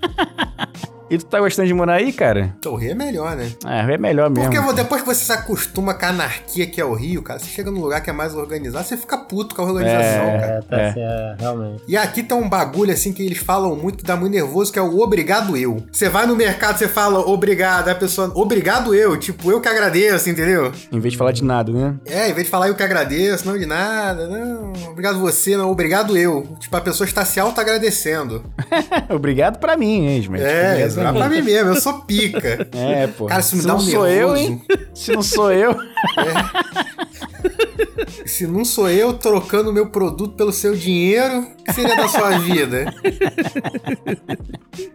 [SPEAKER 2] E tu tá gostando de morar aí, cara?
[SPEAKER 3] Torre é melhor, né?
[SPEAKER 2] Ah, é melhor mesmo.
[SPEAKER 3] Porque depois que você se acostuma com a anarquia que é o Rio, cara, você chega num lugar que é mais organizado, você fica puto com a organização,
[SPEAKER 2] É.
[SPEAKER 3] cara.
[SPEAKER 1] É, tá
[SPEAKER 2] É.
[SPEAKER 1] certo, é, realmente.
[SPEAKER 3] E aqui tem um bagulho assim que eles falam muito, dá muito nervoso, que é o obrigado eu. Você vai no mercado, você fala obrigado, a pessoa, obrigado eu, tipo, eu que agradeço, entendeu?
[SPEAKER 2] Em vez de falar de nada, né?
[SPEAKER 3] É, em vez de falar eu que agradeço, não de nada, não, obrigado você, não, obrigado eu. Tipo, a pessoa está se auto-agradecendo.
[SPEAKER 2] Obrigado pra mim, hein, gente.
[SPEAKER 3] É,
[SPEAKER 2] Obrigado
[SPEAKER 3] isso é pra mim mesmo, eu sou pica.
[SPEAKER 2] tipo né? É, pô.
[SPEAKER 3] Cara, isso me
[SPEAKER 2] Se
[SPEAKER 3] dá
[SPEAKER 2] não
[SPEAKER 3] um
[SPEAKER 2] sou eu,
[SPEAKER 3] nervoso.
[SPEAKER 2] hein? Se não sou eu.
[SPEAKER 3] Se não sou eu trocando meu produto pelo seu dinheiro, o que seria da sua vida?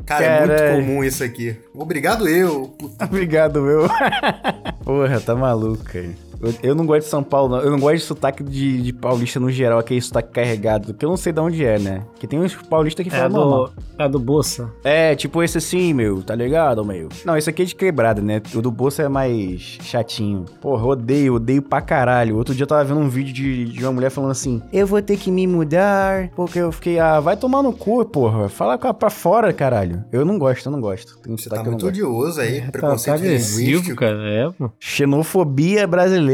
[SPEAKER 3] Cara, é
[SPEAKER 2] Caralho.
[SPEAKER 3] muito comum isso aqui. Obrigado eu. Puta,
[SPEAKER 2] Obrigado, meu. Porra, tá maluco, cara. Eu- Eu não gosto de São Paulo, não. Eu não gosto de sotaque de, de paulista no geral, aquele sotaque carregado, que eu não sei de onde é, né? Que tem uns paulistas que
[SPEAKER 1] É
[SPEAKER 2] falam normal.
[SPEAKER 1] do, é do Bolsa.
[SPEAKER 2] É, tipo esse assim, meu, tá ligado, meu? Não, esse aqui é de quebrada, né? O do bolso é mais chatinho. Porra, odeio, odeio pra caralho. Outro dia eu tava vendo um vídeo de, de uma mulher falando assim: Eu vou ter que me mudar, porque eu fiquei, ah, vai tomar no cu, porra. Fala com a- pra fora, caralho. Eu não gosto, eu não gosto. Tem um
[SPEAKER 3] você tá
[SPEAKER 2] sotaque que eu não
[SPEAKER 3] muito
[SPEAKER 2] gosto.
[SPEAKER 3] odioso aí.
[SPEAKER 2] É, tá-
[SPEAKER 3] preconceito
[SPEAKER 2] tá agressivo,
[SPEAKER 3] linguístico.
[SPEAKER 1] cara. É, pô.
[SPEAKER 2] Xenofobia brasileira, né?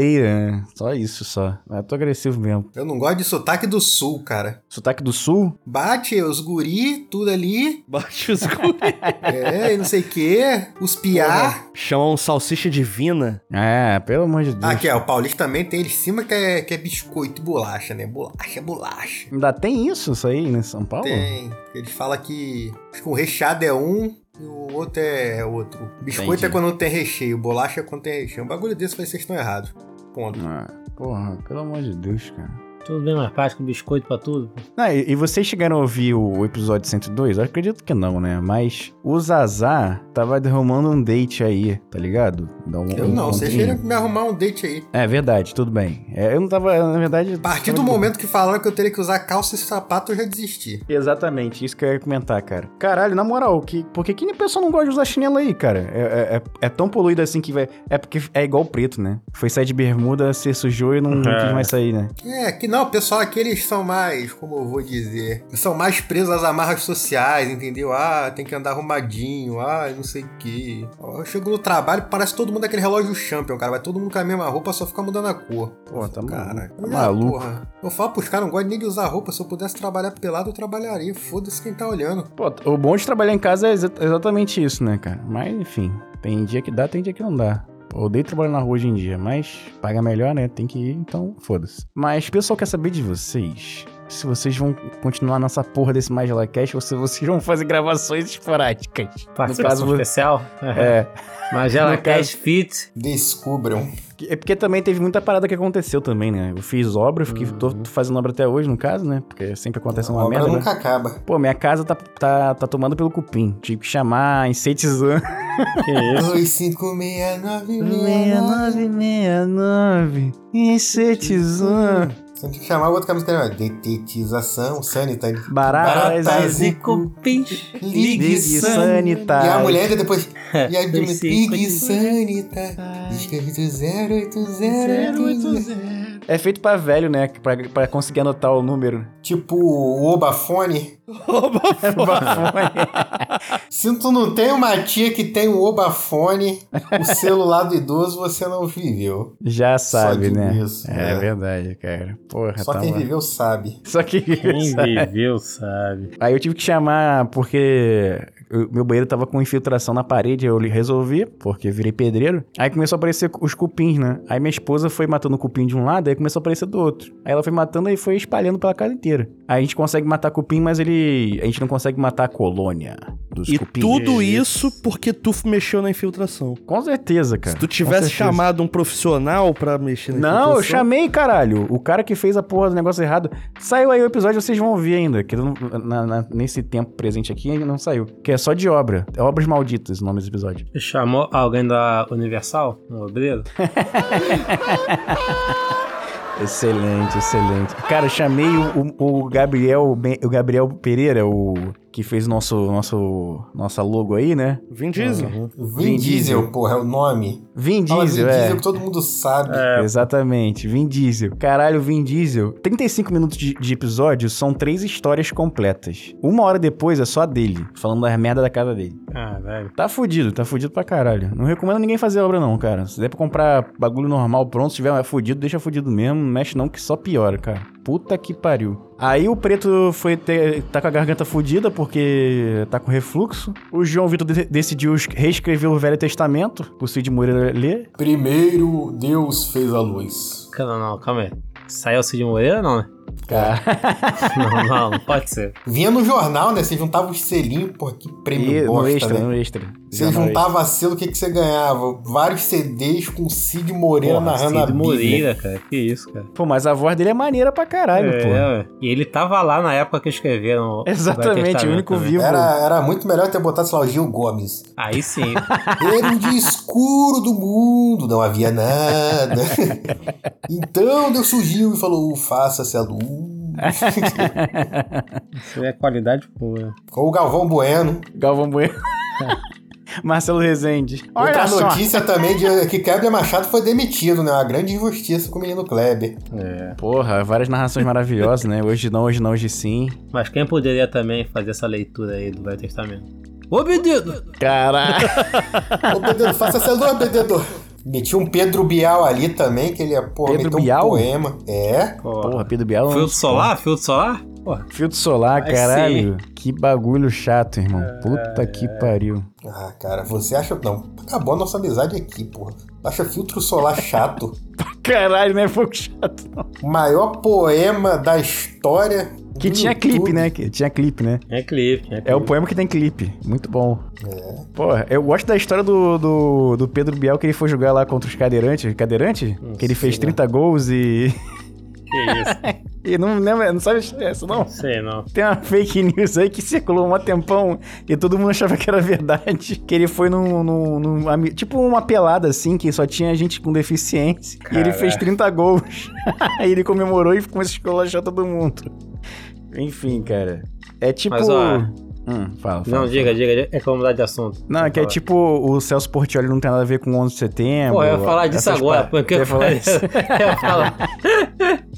[SPEAKER 2] Só isso, só. Eu tô agressivo mesmo.
[SPEAKER 3] Eu não gosto de sotaque do sul, cara.
[SPEAKER 2] Sotaque do sul?
[SPEAKER 3] Bate os guri, tudo ali.
[SPEAKER 4] baixa os cu.
[SPEAKER 3] É, e não sei o quê. Os piá.
[SPEAKER 4] Chama um salsicha divina.
[SPEAKER 2] É, pelo amor de Deus.
[SPEAKER 3] Ah, Aqui, ó, o Paulista também tem ele em cima que é, que é biscoito e bolacha, né? Bolacha, bolacha.
[SPEAKER 2] Ainda tem isso, isso aí, em São Paulo?
[SPEAKER 3] Tem. Eles falam que acho que o recheado é um e o outro é outro. Biscoito
[SPEAKER 2] Entendi.
[SPEAKER 3] é quando não tem recheio, bolacha é quando tem recheio. Um bagulho desse, vocês estão errados. Ponto.
[SPEAKER 2] Ah, porra, pelo amor de Deus, cara.
[SPEAKER 1] Tudo bem mais prático, biscoito pra tudo.
[SPEAKER 2] Ah, e, e vocês chegaram a ouvir o episódio 102? Eu acredito que não, né? Mas o Zazá tava derrumando um date aí, tá ligado? Dá um-
[SPEAKER 3] Eu
[SPEAKER 2] um
[SPEAKER 3] não, vocês
[SPEAKER 2] encontrinho.
[SPEAKER 3] queriam me arrumar um date aí.
[SPEAKER 2] É verdade, tudo bem. É, eu não tava, na verdade...
[SPEAKER 3] A partir do momento que falaram que eu teria que usar calça e sapato, eu já desisti.
[SPEAKER 2] Exatamente, isso que eu ia comentar, cara. Caralho, na moral, que, por que que nem pessoa não gosta de usar chinelo aí, cara? É, é- é- é tão poluído assim que vai... É porque é igual preto, né? Foi sair de bermuda, se sujou e não, não
[SPEAKER 1] É.
[SPEAKER 2] quis mais sair, né?
[SPEAKER 3] É, que não, pessoal, aqui eles são mais, como eu vou dizer, são mais presos às amarras sociais, entendeu? Ah, tem que andar arrumadinho, ah, não sei o quê. Eu chego no trabalho, parece todo mundo aquele relógio champion, cara. Vai todo mundo com a mesma roupa, só fica mudando a cor.
[SPEAKER 2] Pô, tá
[SPEAKER 3] Cara,
[SPEAKER 2] maluco. Tá maluco.
[SPEAKER 3] Porra, eu falo pros caras, não gosto nem de usar roupa. Se eu pudesse trabalhar pelado, eu trabalharia. Foda-se quem tá olhando.
[SPEAKER 2] Pô, o bom de trabalhar em casa é exa- exatamente isso, né, cara? Mas, enfim, tem dia que dá, tem dia que não dá. Eu Odeio trabalhar na rua hoje em dia, mas paga melhor, né? Tem que ir, então foda-se. Mas o pessoal quer saber de vocês. Se vocês vão continuar nessa porra desse Magela Cash ou se vocês vão fazer gravações esporádicas.
[SPEAKER 1] Participação
[SPEAKER 2] vo-
[SPEAKER 1] especial.
[SPEAKER 2] É.
[SPEAKER 1] Magela
[SPEAKER 2] No caso-
[SPEAKER 1] Cash Fit.
[SPEAKER 3] Descubram.
[SPEAKER 2] Que- É porque também teve muita parada que aconteceu também, né? Eu fiz obra, eu fiquei, tô fazendo obra até hoje, no caso, né? Porque sempre acontece uma
[SPEAKER 3] a Uhum. obra
[SPEAKER 2] merda. né?
[SPEAKER 3] nunca acaba.
[SPEAKER 2] Pô, minha casa tá, tá, tá tomando pelo cupim. Tive que chamar, insetizando.
[SPEAKER 1] Que isso?
[SPEAKER 2] né?
[SPEAKER 3] 256969.
[SPEAKER 2] 969 Insetizan
[SPEAKER 3] Você tem que chamar o outro camisa que era detetização, sanitário.
[SPEAKER 1] Zico Pinch. Ligue
[SPEAKER 3] E a
[SPEAKER 2] Sanitário.
[SPEAKER 3] mulher ainda depois. E a
[SPEAKER 1] Dois, cinco,
[SPEAKER 3] Big Sanita. Escreve 08080.
[SPEAKER 2] É feito pra velho, né? Pra, pra conseguir anotar o número.
[SPEAKER 3] Tipo o Obafone. Se tu não tem uma tia que tem o Obafone, o celular do idoso, você não viveu.
[SPEAKER 2] Já sabe,
[SPEAKER 3] digo
[SPEAKER 2] né?
[SPEAKER 3] isso,
[SPEAKER 2] é,
[SPEAKER 3] é.
[SPEAKER 2] verdade, cara. Porra,
[SPEAKER 3] Só
[SPEAKER 2] tá
[SPEAKER 3] quem
[SPEAKER 2] lá.
[SPEAKER 3] viveu sabe.
[SPEAKER 2] Só quem viveu.
[SPEAKER 1] Quem
[SPEAKER 2] sabe.
[SPEAKER 1] viveu sabe.
[SPEAKER 2] Aí eu tive que chamar porque eu- meu banheiro tava com infiltração na parede, eu li- resolvi, porque eu virei pedreiro. Aí começou a aparecer os cupins, né? Aí minha esposa foi matando o cupim de um lado, aí começou a aparecer do outro. Aí ela foi matando e foi espalhando pela casa inteira. Aí a gente consegue matar cupim, mas ele. A gente não consegue matar a colônia dos
[SPEAKER 4] E
[SPEAKER 2] cupins.
[SPEAKER 4] tudo isso porque tu mexeu na infiltração.
[SPEAKER 2] Com certeza, cara.
[SPEAKER 4] Se tu
[SPEAKER 2] com
[SPEAKER 4] tivesse
[SPEAKER 2] certeza.
[SPEAKER 4] chamado um profissional pra mexer na
[SPEAKER 2] Não, eu
[SPEAKER 4] infiltração-
[SPEAKER 2] chamei, caralho. O cara que fez a porra do negócio errado. Saiu aí o episódio, vocês vão ouvir ainda. Que não- na- na- nesse tempo presente aqui ainda não saiu. Que é só de obra. É Obras Malditas o nome desse episódio.
[SPEAKER 1] Chamou alguém da Universal? Um obreiro?
[SPEAKER 2] Excelente, excelente. Cara, eu chamei o, o- o Gabriel Ben- o Gabriel Pereira, o que fez nosso, nosso, nossa logo aí, né?
[SPEAKER 4] Vin Diesel.
[SPEAKER 3] Vin Diesel, porra, é o nome.
[SPEAKER 2] Vin
[SPEAKER 3] Fala
[SPEAKER 2] Diesel,
[SPEAKER 3] Vin
[SPEAKER 2] é.
[SPEAKER 3] Diesel que todo mundo sabe.
[SPEAKER 2] Exatamente, Vin Diesel. Caralho, Vin Diesel. 35 minutos de, de episódio são três histórias completas. Uma hora depois é só a dele, falando das merda da casa dele.
[SPEAKER 1] Caralho.
[SPEAKER 2] Tá fudido, tá fudido pra caralho. Não recomendo ninguém fazer obra, não, cara. Se der pra comprar bagulho normal pronto, se tiver é fudido, deixa fudido mesmo. Não mexe não, que só piora, cara. Puta que pariu. Aí o preto foi ter- tá com a garganta fudida porque tá com refluxo. O João Vitor de- decidiu es- reescrever o Velho Testamento, pro Cid Moreira ler.
[SPEAKER 3] Primeiro Deus fez a luz.
[SPEAKER 1] Calma, não, calma aí. Saiu o Cid Moreira, não, né?
[SPEAKER 2] É.
[SPEAKER 1] Não, não, não pode ser.
[SPEAKER 3] Vinha no jornal, né? Você juntava os selinhos, pô, que prêmio
[SPEAKER 2] E no
[SPEAKER 3] bosta,
[SPEAKER 2] extra,
[SPEAKER 3] né?
[SPEAKER 2] no extra.
[SPEAKER 3] Você
[SPEAKER 2] Jornal extra.
[SPEAKER 3] juntava selo, o que, que você ganhava? Vários CDs com Cid Moreira
[SPEAKER 1] Porra,
[SPEAKER 3] narrando a
[SPEAKER 1] Cid
[SPEAKER 3] Bíblia.
[SPEAKER 1] Moreira, cara. Que isso, cara.
[SPEAKER 2] Pô, mas a voz dele é maneira pra caralho,
[SPEAKER 1] É,
[SPEAKER 2] pô.
[SPEAKER 1] ué. E ele tava lá na época que escreveram. o Velho
[SPEAKER 2] Exatamente, o
[SPEAKER 1] Testamento né?
[SPEAKER 2] único
[SPEAKER 1] também.
[SPEAKER 2] vivo.
[SPEAKER 3] Era, era muito melhor ter botado, sei lá, o Gil Gomes.
[SPEAKER 1] Aí sim.
[SPEAKER 3] Era um dia escuro do mundo, não havia nada. Então Deus surgiu e falou: faça-se a luz.
[SPEAKER 1] Isso é qualidade pura.
[SPEAKER 3] Com o Galvão Bueno.
[SPEAKER 2] Galvão Bueno. Marcelo Rezende.
[SPEAKER 3] Outra
[SPEAKER 2] Olha só.
[SPEAKER 3] notícia também de que Kleber Machado foi demitido, né? Uma grande injustiça com o menino Kleber.
[SPEAKER 1] É.
[SPEAKER 2] Porra, várias narrações maravilhosas, né? Hoje não, hoje não, hoje sim.
[SPEAKER 1] Mas quem poderia também fazer essa leitura aí do Velho Testamento? Ô, pedido!
[SPEAKER 2] Caralho.
[SPEAKER 3] Ô, Pedro, faça essa lua, Pedro. Meti um Pedro Bial ali também, que ele é, porra,
[SPEAKER 2] Pedro
[SPEAKER 3] meteu um
[SPEAKER 2] Bial?
[SPEAKER 3] poema. É.
[SPEAKER 2] Porra, Pedro Bial.
[SPEAKER 1] Filtro
[SPEAKER 2] não-
[SPEAKER 1] solar? Filtro solar? Porra.
[SPEAKER 2] Filtro solar,
[SPEAKER 1] Vai
[SPEAKER 2] caralho. Que bagulho chato, irmão. Puta que pariu.
[SPEAKER 3] Ah, cara, você acha. Não, acabou a nossa amizade aqui, porra. Acha filtro solar chato?
[SPEAKER 2] Caralho, né? Pouco chato.
[SPEAKER 3] O maior poema da história.
[SPEAKER 2] Que
[SPEAKER 3] do
[SPEAKER 2] tinha
[SPEAKER 3] YouTube.
[SPEAKER 2] clipe, né? Que tinha clipe, né?
[SPEAKER 1] É clipe. É, clipe.
[SPEAKER 2] É o poema que tem clipe. Muito bom. Porra, eu gosto da história do, do, do Pedro Bial que ele foi jogar lá contra os cadeirantes. Cadeirante?
[SPEAKER 1] Hum,
[SPEAKER 2] que ele fez
[SPEAKER 1] sei lá.
[SPEAKER 2] 30 gols e.
[SPEAKER 1] Que isso.
[SPEAKER 2] E não lembra, não sabe é essa, não?
[SPEAKER 1] Sei, não.
[SPEAKER 2] Tem uma fake news aí que circulou um tempão e todo mundo achava que era verdade. Que ele foi num. num- num ami- tipo uma pelada assim, que só tinha gente com deficiência. E ele
[SPEAKER 1] Caraca.
[SPEAKER 2] fez 30 gols. aí ele comemorou e começou a escolachar todo mundo. Enfim, cara. É tipo.
[SPEAKER 1] Mas, ó,
[SPEAKER 2] Hum, fala, fala.
[SPEAKER 1] não, diga, diga, diga, é como mudar de assunto.
[SPEAKER 2] Não, é que é
[SPEAKER 1] Fala.
[SPEAKER 2] tipo o Celso Portioli não tem nada a ver com 11 de setembro.
[SPEAKER 1] Pô, eu ia falar disso
[SPEAKER 2] É essas
[SPEAKER 1] agora,
[SPEAKER 2] par-
[SPEAKER 1] porque
[SPEAKER 2] Quer falar isso?
[SPEAKER 1] Eu ia falar.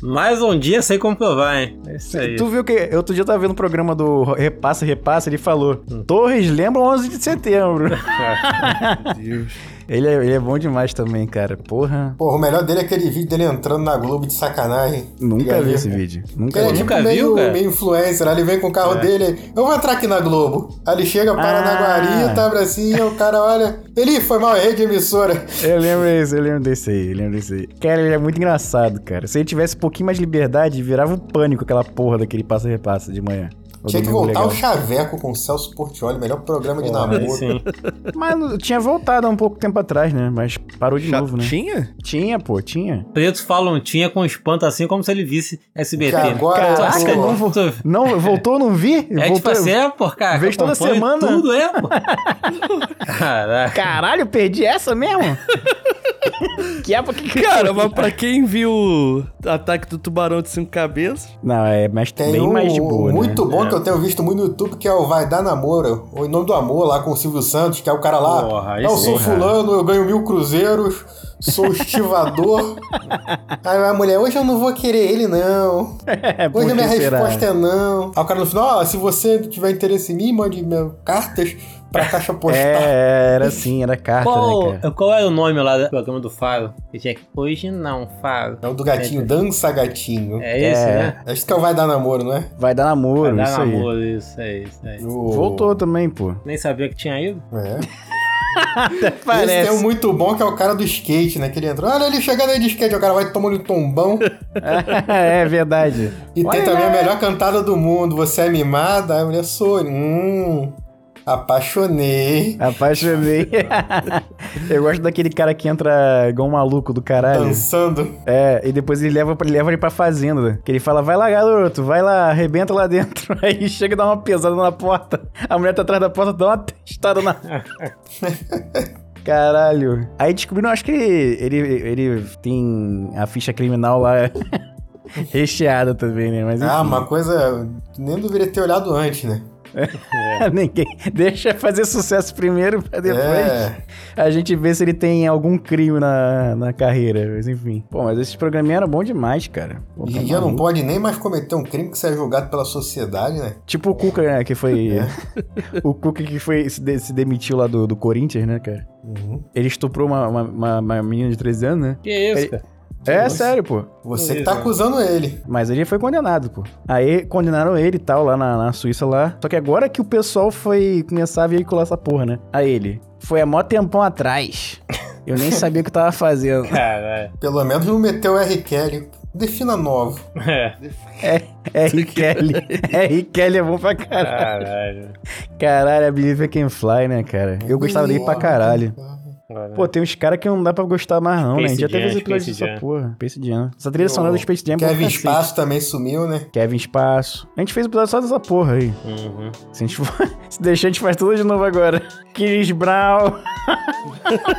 [SPEAKER 1] Mais um dia sem comprovar, hein? É isso aí.
[SPEAKER 2] Tu viu que outro dia eu tava vendo o programa do Repassa, Repassa, ele falou:
[SPEAKER 1] Hum.
[SPEAKER 2] Torres lembra 11 de setembro.
[SPEAKER 4] Meu Deus.
[SPEAKER 2] ele, é, ele é bom demais também, cara. Porra.
[SPEAKER 3] Porra, o melhor dele é aquele vídeo dele entrando na Globo de sacanagem.
[SPEAKER 2] Nunca
[SPEAKER 3] Quer
[SPEAKER 2] vi
[SPEAKER 3] ver?
[SPEAKER 2] esse vídeo.
[SPEAKER 3] Que
[SPEAKER 2] Nunca
[SPEAKER 3] ele é
[SPEAKER 2] vi.
[SPEAKER 3] tipo
[SPEAKER 1] Nunca
[SPEAKER 3] meio,
[SPEAKER 1] viu, cara?
[SPEAKER 3] meio influencer, né? ele vem com o carro
[SPEAKER 2] É.
[SPEAKER 3] dele, ele, eu vou entrar aqui na Globo. Aí ele chega, para na
[SPEAKER 2] Ah.
[SPEAKER 3] Guari, tá assim, o cara olha, ele foi mal, errei de emissora.
[SPEAKER 2] Eu lembro isso, eu lembro desse aí, eu lembro desse aí. Cara, ele é muito engraçado, cara. Se ele tivesse um pouquinho mais de liberdade, virava um pânico aquela porra daquele passa-repassa de manhã. O
[SPEAKER 3] Tinha que
[SPEAKER 2] domingo
[SPEAKER 3] voltar
[SPEAKER 2] legal.
[SPEAKER 3] o Chaveco com o Celso Portioli, melhor programa de
[SPEAKER 1] Aí
[SPEAKER 3] namoro.
[SPEAKER 1] sim.
[SPEAKER 2] Mas não- tinha voltado há um pouco tempo atrás, né? Mas parou de
[SPEAKER 4] Já
[SPEAKER 2] novo, né?
[SPEAKER 4] tinha?
[SPEAKER 2] Tinha, pô, tinha.
[SPEAKER 1] Preto falam tinha com espanto assim como se ele visse SBT.
[SPEAKER 3] Que agora-
[SPEAKER 1] Tu acha né? que
[SPEAKER 3] Caraca,
[SPEAKER 1] não
[SPEAKER 3] não
[SPEAKER 1] vou...
[SPEAKER 2] Não, voltou, não vi?
[SPEAKER 1] É
[SPEAKER 2] voltou,
[SPEAKER 1] tipo assim, é, pô, cara.
[SPEAKER 2] Vejo toda
[SPEAKER 1] acompanho
[SPEAKER 2] semana.
[SPEAKER 1] Tudo, é, pô. Caraca.
[SPEAKER 2] Caralho, perdi essa mesmo? que época que...
[SPEAKER 4] Cara, mas pra quem viu Ataque do Tubarão de Cinco Cabeças,
[SPEAKER 2] Não, é mais,
[SPEAKER 3] Tem
[SPEAKER 2] bem
[SPEAKER 3] um
[SPEAKER 2] mais de boa,
[SPEAKER 3] muito
[SPEAKER 2] né?
[SPEAKER 3] bom que eu tenho visto muito no YouTube, que é o Vai Dar Namoro, ou Em Nome do Amor, lá com o Silvio Santos, que é o cara lá,
[SPEAKER 1] Porra, aí
[SPEAKER 3] eu
[SPEAKER 1] sim,
[SPEAKER 2] é
[SPEAKER 3] sou
[SPEAKER 1] cara.
[SPEAKER 3] fulano, eu ganho mil cruzeiros, sou estivador. Aí a mulher, hoje eu não vou querer ele não.
[SPEAKER 2] É, por
[SPEAKER 3] Hoje a minha
[SPEAKER 2] que será?
[SPEAKER 3] resposta é não. Aí o cara no final, ó, se você tiver interesse em mim, mande minhas cartas pra caixa postal.
[SPEAKER 2] É, era assim, era carta,
[SPEAKER 1] Qual,
[SPEAKER 2] né, cara?
[SPEAKER 1] qual era o nome lá do programa do Faro? Que tinha que. Hoje não, Faro.
[SPEAKER 3] É o do gatinho, dança gatinho.
[SPEAKER 1] É isso,
[SPEAKER 2] É.
[SPEAKER 1] né?
[SPEAKER 3] Acho que é o Vai Dar Namoro, não é?
[SPEAKER 2] Vai dar namoro,
[SPEAKER 1] Vai dar
[SPEAKER 2] isso aí.
[SPEAKER 1] namoro, isso aí, isso aí.
[SPEAKER 3] O-
[SPEAKER 2] Voltou também, pô.
[SPEAKER 1] Nem sabia que tinha ido.
[SPEAKER 3] É.
[SPEAKER 2] Parece.
[SPEAKER 3] Esse tem um muito bom que é o cara do skate, né? Que ele entrou. Olha ele chegando aí de skate, o cara vai tomando um tombão.
[SPEAKER 2] é verdade.
[SPEAKER 3] E
[SPEAKER 2] Olha
[SPEAKER 3] tem também a
[SPEAKER 2] lá.
[SPEAKER 3] melhor cantada do mundo. Você é mimada? Aí a mulher sou. Ele, Hum. Apaixonei.
[SPEAKER 2] Apaixonei. eu gosto daquele cara que entra igual um maluco do caralho.
[SPEAKER 3] Dançando.
[SPEAKER 2] É, e depois ele leva, pra- ele leva ele pra fazenda. né? Que ele fala, vai lá, garoto, vai lá, arrebenta lá dentro. Aí chega e dá uma pesada na porta. A mulher tá atrás da porta, dá uma testada na. Caralho. Aí descobriram, acho que ele, ele, ele tem a ficha criminal lá recheada também, né? Mas enfim,
[SPEAKER 3] Ah, uma coisa. Nem deveria ter olhado antes, né?
[SPEAKER 2] ninguém. Deixa fazer sucesso primeiro pra depois.
[SPEAKER 3] É.
[SPEAKER 2] A gente vê se ele tem algum crime na, na carreira, mas enfim. Pô, mas esses programinha eram bom demais, cara. Pô,
[SPEAKER 3] Hoje
[SPEAKER 2] tá
[SPEAKER 3] em dia não
[SPEAKER 2] maluco.
[SPEAKER 3] pode nem mais cometer um crime que seja julgado pela sociedade, né?
[SPEAKER 2] Tipo o Cuca, né? Que foi. o Cuca que foi, se, de- se demitiu lá do, do Corinthians, né, cara? Ele estuprou uma, uma, uma- uma menina de 13 anos, né?
[SPEAKER 1] Que isso,
[SPEAKER 2] Ele-
[SPEAKER 1] cara?
[SPEAKER 2] É,
[SPEAKER 3] Nossa.
[SPEAKER 2] sério, pô.
[SPEAKER 3] Você que tá acusando ele.
[SPEAKER 2] Mas ele foi condenado, pô. Aí condenaram ele e tal, lá na, na Suíça lá. Só que agora que o pessoal foi começar a veicular essa porra, né? A ele. Foi há mó tempão atrás. Eu nem sabia o que eu tava fazendo.
[SPEAKER 1] Caralho.
[SPEAKER 3] Pelo menos não meteu o R. Kelly. Defina novo.
[SPEAKER 1] É,
[SPEAKER 2] É R. Kelly. R. Kelly é bom pra caralho.
[SPEAKER 1] caralho.
[SPEAKER 2] Caralho, a Believe I Can Fly, né, cara? Eu gostava dele pra caralho.
[SPEAKER 3] É.
[SPEAKER 2] Pô, tem uns caras que não dá pra gostar mais, não, né? A
[SPEAKER 1] Space
[SPEAKER 2] gente já teve
[SPEAKER 1] Jam,
[SPEAKER 2] os episódios
[SPEAKER 1] Space
[SPEAKER 2] dessa
[SPEAKER 1] Jam.
[SPEAKER 2] porra. Space Jam. Essa trilha sonora do Space Jam é boa pra
[SPEAKER 3] Kevin
[SPEAKER 2] cacete.
[SPEAKER 3] Espaço também sumiu, né?
[SPEAKER 2] Kevin Espaço. A gente fez episódio só dessa porra aí.
[SPEAKER 1] Uhum.
[SPEAKER 2] Se a gente for... Se deixar, a gente faz tudo de novo agora. Chris Brown.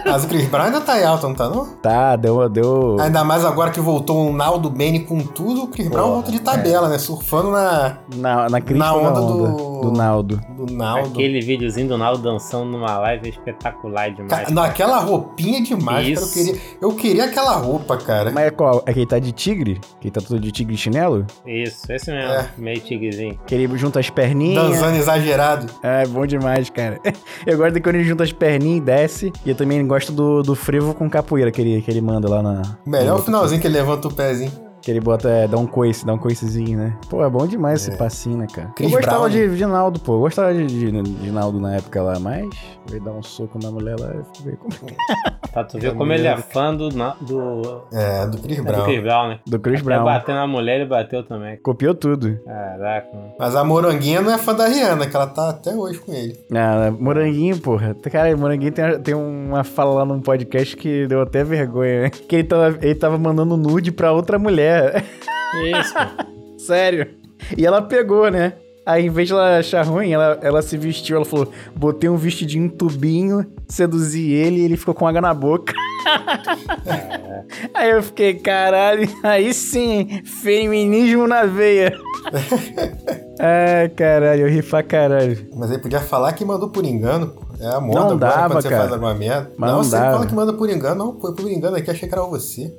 [SPEAKER 3] Mas o Chris Brown ainda tá em alta, não tá não?
[SPEAKER 2] Tá, deu. deu...
[SPEAKER 3] Ainda mais agora que voltou o Naldo Bene com tudo, o Chris Brown volta de tabela, né? Surfando na,
[SPEAKER 2] Na, na crítica
[SPEAKER 3] Na
[SPEAKER 2] ou na
[SPEAKER 3] onda
[SPEAKER 2] onda
[SPEAKER 3] do-
[SPEAKER 2] do Naldo.
[SPEAKER 3] do Naldo.
[SPEAKER 1] Aquele videozinho do Naldo dançando numa live é espetacular
[SPEAKER 3] Ca-
[SPEAKER 1] demais.
[SPEAKER 3] Naquela roupinha demais, cara. Eu
[SPEAKER 1] Isso.
[SPEAKER 3] queria, eu queria aquela roupa, cara.
[SPEAKER 2] Mas é qual? É que ele tá de tigre? Que ele tá todo de tigre e chinelo?
[SPEAKER 1] Isso, esse mesmo.
[SPEAKER 3] É.
[SPEAKER 1] Meio tigrezinho.
[SPEAKER 2] Que ele junta as perninhas.
[SPEAKER 3] Dançando exagerado.
[SPEAKER 2] É, bom demais, cara. Eu gosto de quando ele junta as perninhas e desce. E eu também gosto do, do frevo com capoeira que ele, que ele manda lá na.
[SPEAKER 3] Melhor o finalzinho que ele levanta o pezinho.
[SPEAKER 2] Que ele bota, é, dá um coice, dá um coicezinho, né? Pô, é bom demais esse passinho, né, cara?
[SPEAKER 3] Chris
[SPEAKER 2] eu gostava
[SPEAKER 3] Brown.
[SPEAKER 2] de, de Naldo, pô. Eu gostava de, de, de Naldo na época lá, mas. Veio dar um soco na mulher lá e veio com.
[SPEAKER 1] Pra tu ver como ele é fã do, Na- do,
[SPEAKER 3] É, do Chris
[SPEAKER 1] do
[SPEAKER 3] Brown.
[SPEAKER 1] Chris Brown, né?
[SPEAKER 2] Do Chris
[SPEAKER 1] Até
[SPEAKER 2] Brown.
[SPEAKER 1] bater na mulher, ele bateu também.
[SPEAKER 2] Copiou tudo.
[SPEAKER 1] Caraca, mano.
[SPEAKER 3] Mas a Moranguinha não é fã da Rihanna, que ela tá até hoje com ele.
[SPEAKER 2] Ah, Moranguinho, porra. Cara, Moranguinho tem, tem uma fala lá num podcast que deu até vergonha, né? Que ele tava, ele tava mandando nude pra outra mulher.
[SPEAKER 1] Isso.
[SPEAKER 2] Sério. E ela pegou, né? Aí, em vez de ela achar ruim, ela, ela se vestiu. Ela falou: botei um vestidinho, um tubinho, seduzi ele e ele ficou com água na boca. Aí eu fiquei, caralho, aí sim, feminismo na veia. Ai, caralho, eu ri pra caralho.
[SPEAKER 3] Mas ele podia falar que mandou por engano, pô. É a moda
[SPEAKER 2] Não
[SPEAKER 3] agora
[SPEAKER 2] dava,
[SPEAKER 3] quando você
[SPEAKER 2] cara.
[SPEAKER 3] faz alguma merda.
[SPEAKER 2] Mas
[SPEAKER 3] não,
[SPEAKER 2] não
[SPEAKER 3] você
[SPEAKER 2] dava.
[SPEAKER 3] fala que manda por engano. Não, foi por engano aqui, achei que era você.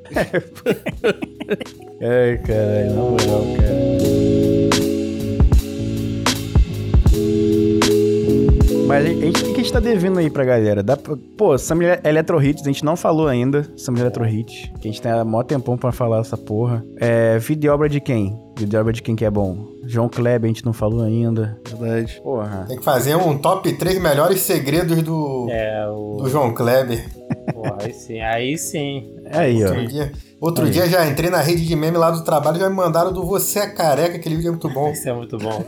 [SPEAKER 2] Ai, caralho, na moral, cara. Mas a gente, o que a gente tá devendo aí pra galera? Dá pra- pô, Summer Ele- Electro Hits, a gente não falou ainda. Summer Electro Hits, que a gente tem há mó tempão pra falar essa porra. É, vida e obra de quem? Vida e obra de quem que é bom? João Kleber, a gente não falou ainda. Verdade. Porra.
[SPEAKER 3] Tem que fazer um top 3 melhores segredos do,
[SPEAKER 1] É, o.
[SPEAKER 3] do João Kleber.
[SPEAKER 1] Pô, aí sim, aí sim.
[SPEAKER 2] é Aí, ó.
[SPEAKER 3] Outro dia, outro
[SPEAKER 2] Aí.
[SPEAKER 3] dia já entrei na rede de meme lá do trabalho já me mandaram do Você é Careca, aquele vídeo é muito bom.
[SPEAKER 1] Isso é muito bom.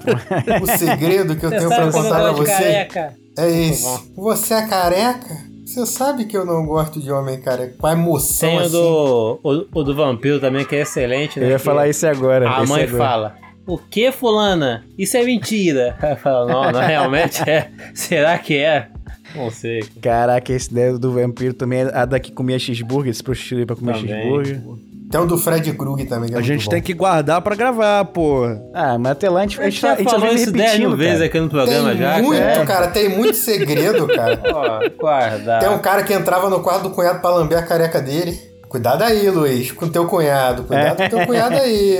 [SPEAKER 3] O segredo que eu tenho pra contar pra você é esse. Você é careca? Você sabe que eu não gosto de homem careca. Com a emoção
[SPEAKER 1] Tem o
[SPEAKER 3] assim.
[SPEAKER 1] do, o, o do vampiro também, que é excelente, né?
[SPEAKER 2] Eu ia
[SPEAKER 1] que
[SPEAKER 2] falar isso agora.
[SPEAKER 1] A
[SPEAKER 2] esse
[SPEAKER 1] mãe
[SPEAKER 2] agora.
[SPEAKER 1] fala, o que, fulana? Isso é mentira. Ela fala, não, não, realmente é. Será que é? Não sei.
[SPEAKER 2] Caraca, esse ideia do vampiro também é a daqui comia cheeseburger, se prostituir pra comer
[SPEAKER 1] Também.
[SPEAKER 2] cheeseburger.
[SPEAKER 3] Tem o do Fred Krug também. Que é
[SPEAKER 4] A
[SPEAKER 3] muito
[SPEAKER 4] gente
[SPEAKER 3] bom.
[SPEAKER 4] tem que guardar pra gravar, pô.
[SPEAKER 2] Ah, mas até lá a gente, a gente,
[SPEAKER 3] tá
[SPEAKER 2] só- a gente só
[SPEAKER 1] falou
[SPEAKER 2] vive
[SPEAKER 1] isso 10 mil
[SPEAKER 2] repetindo,
[SPEAKER 1] vezes
[SPEAKER 2] cara.
[SPEAKER 1] aqui no
[SPEAKER 3] Tem
[SPEAKER 1] programa já.
[SPEAKER 3] muito,
[SPEAKER 1] cara. É,
[SPEAKER 3] cara. Tem muito segredo, cara.
[SPEAKER 1] Ó, guardar.
[SPEAKER 3] Tem um cara que entrava no quarto do cunhado pra lamber a careca dele. Cuidado aí, Luiz, com teu cunhado. Cuidado com teu cunhado aí.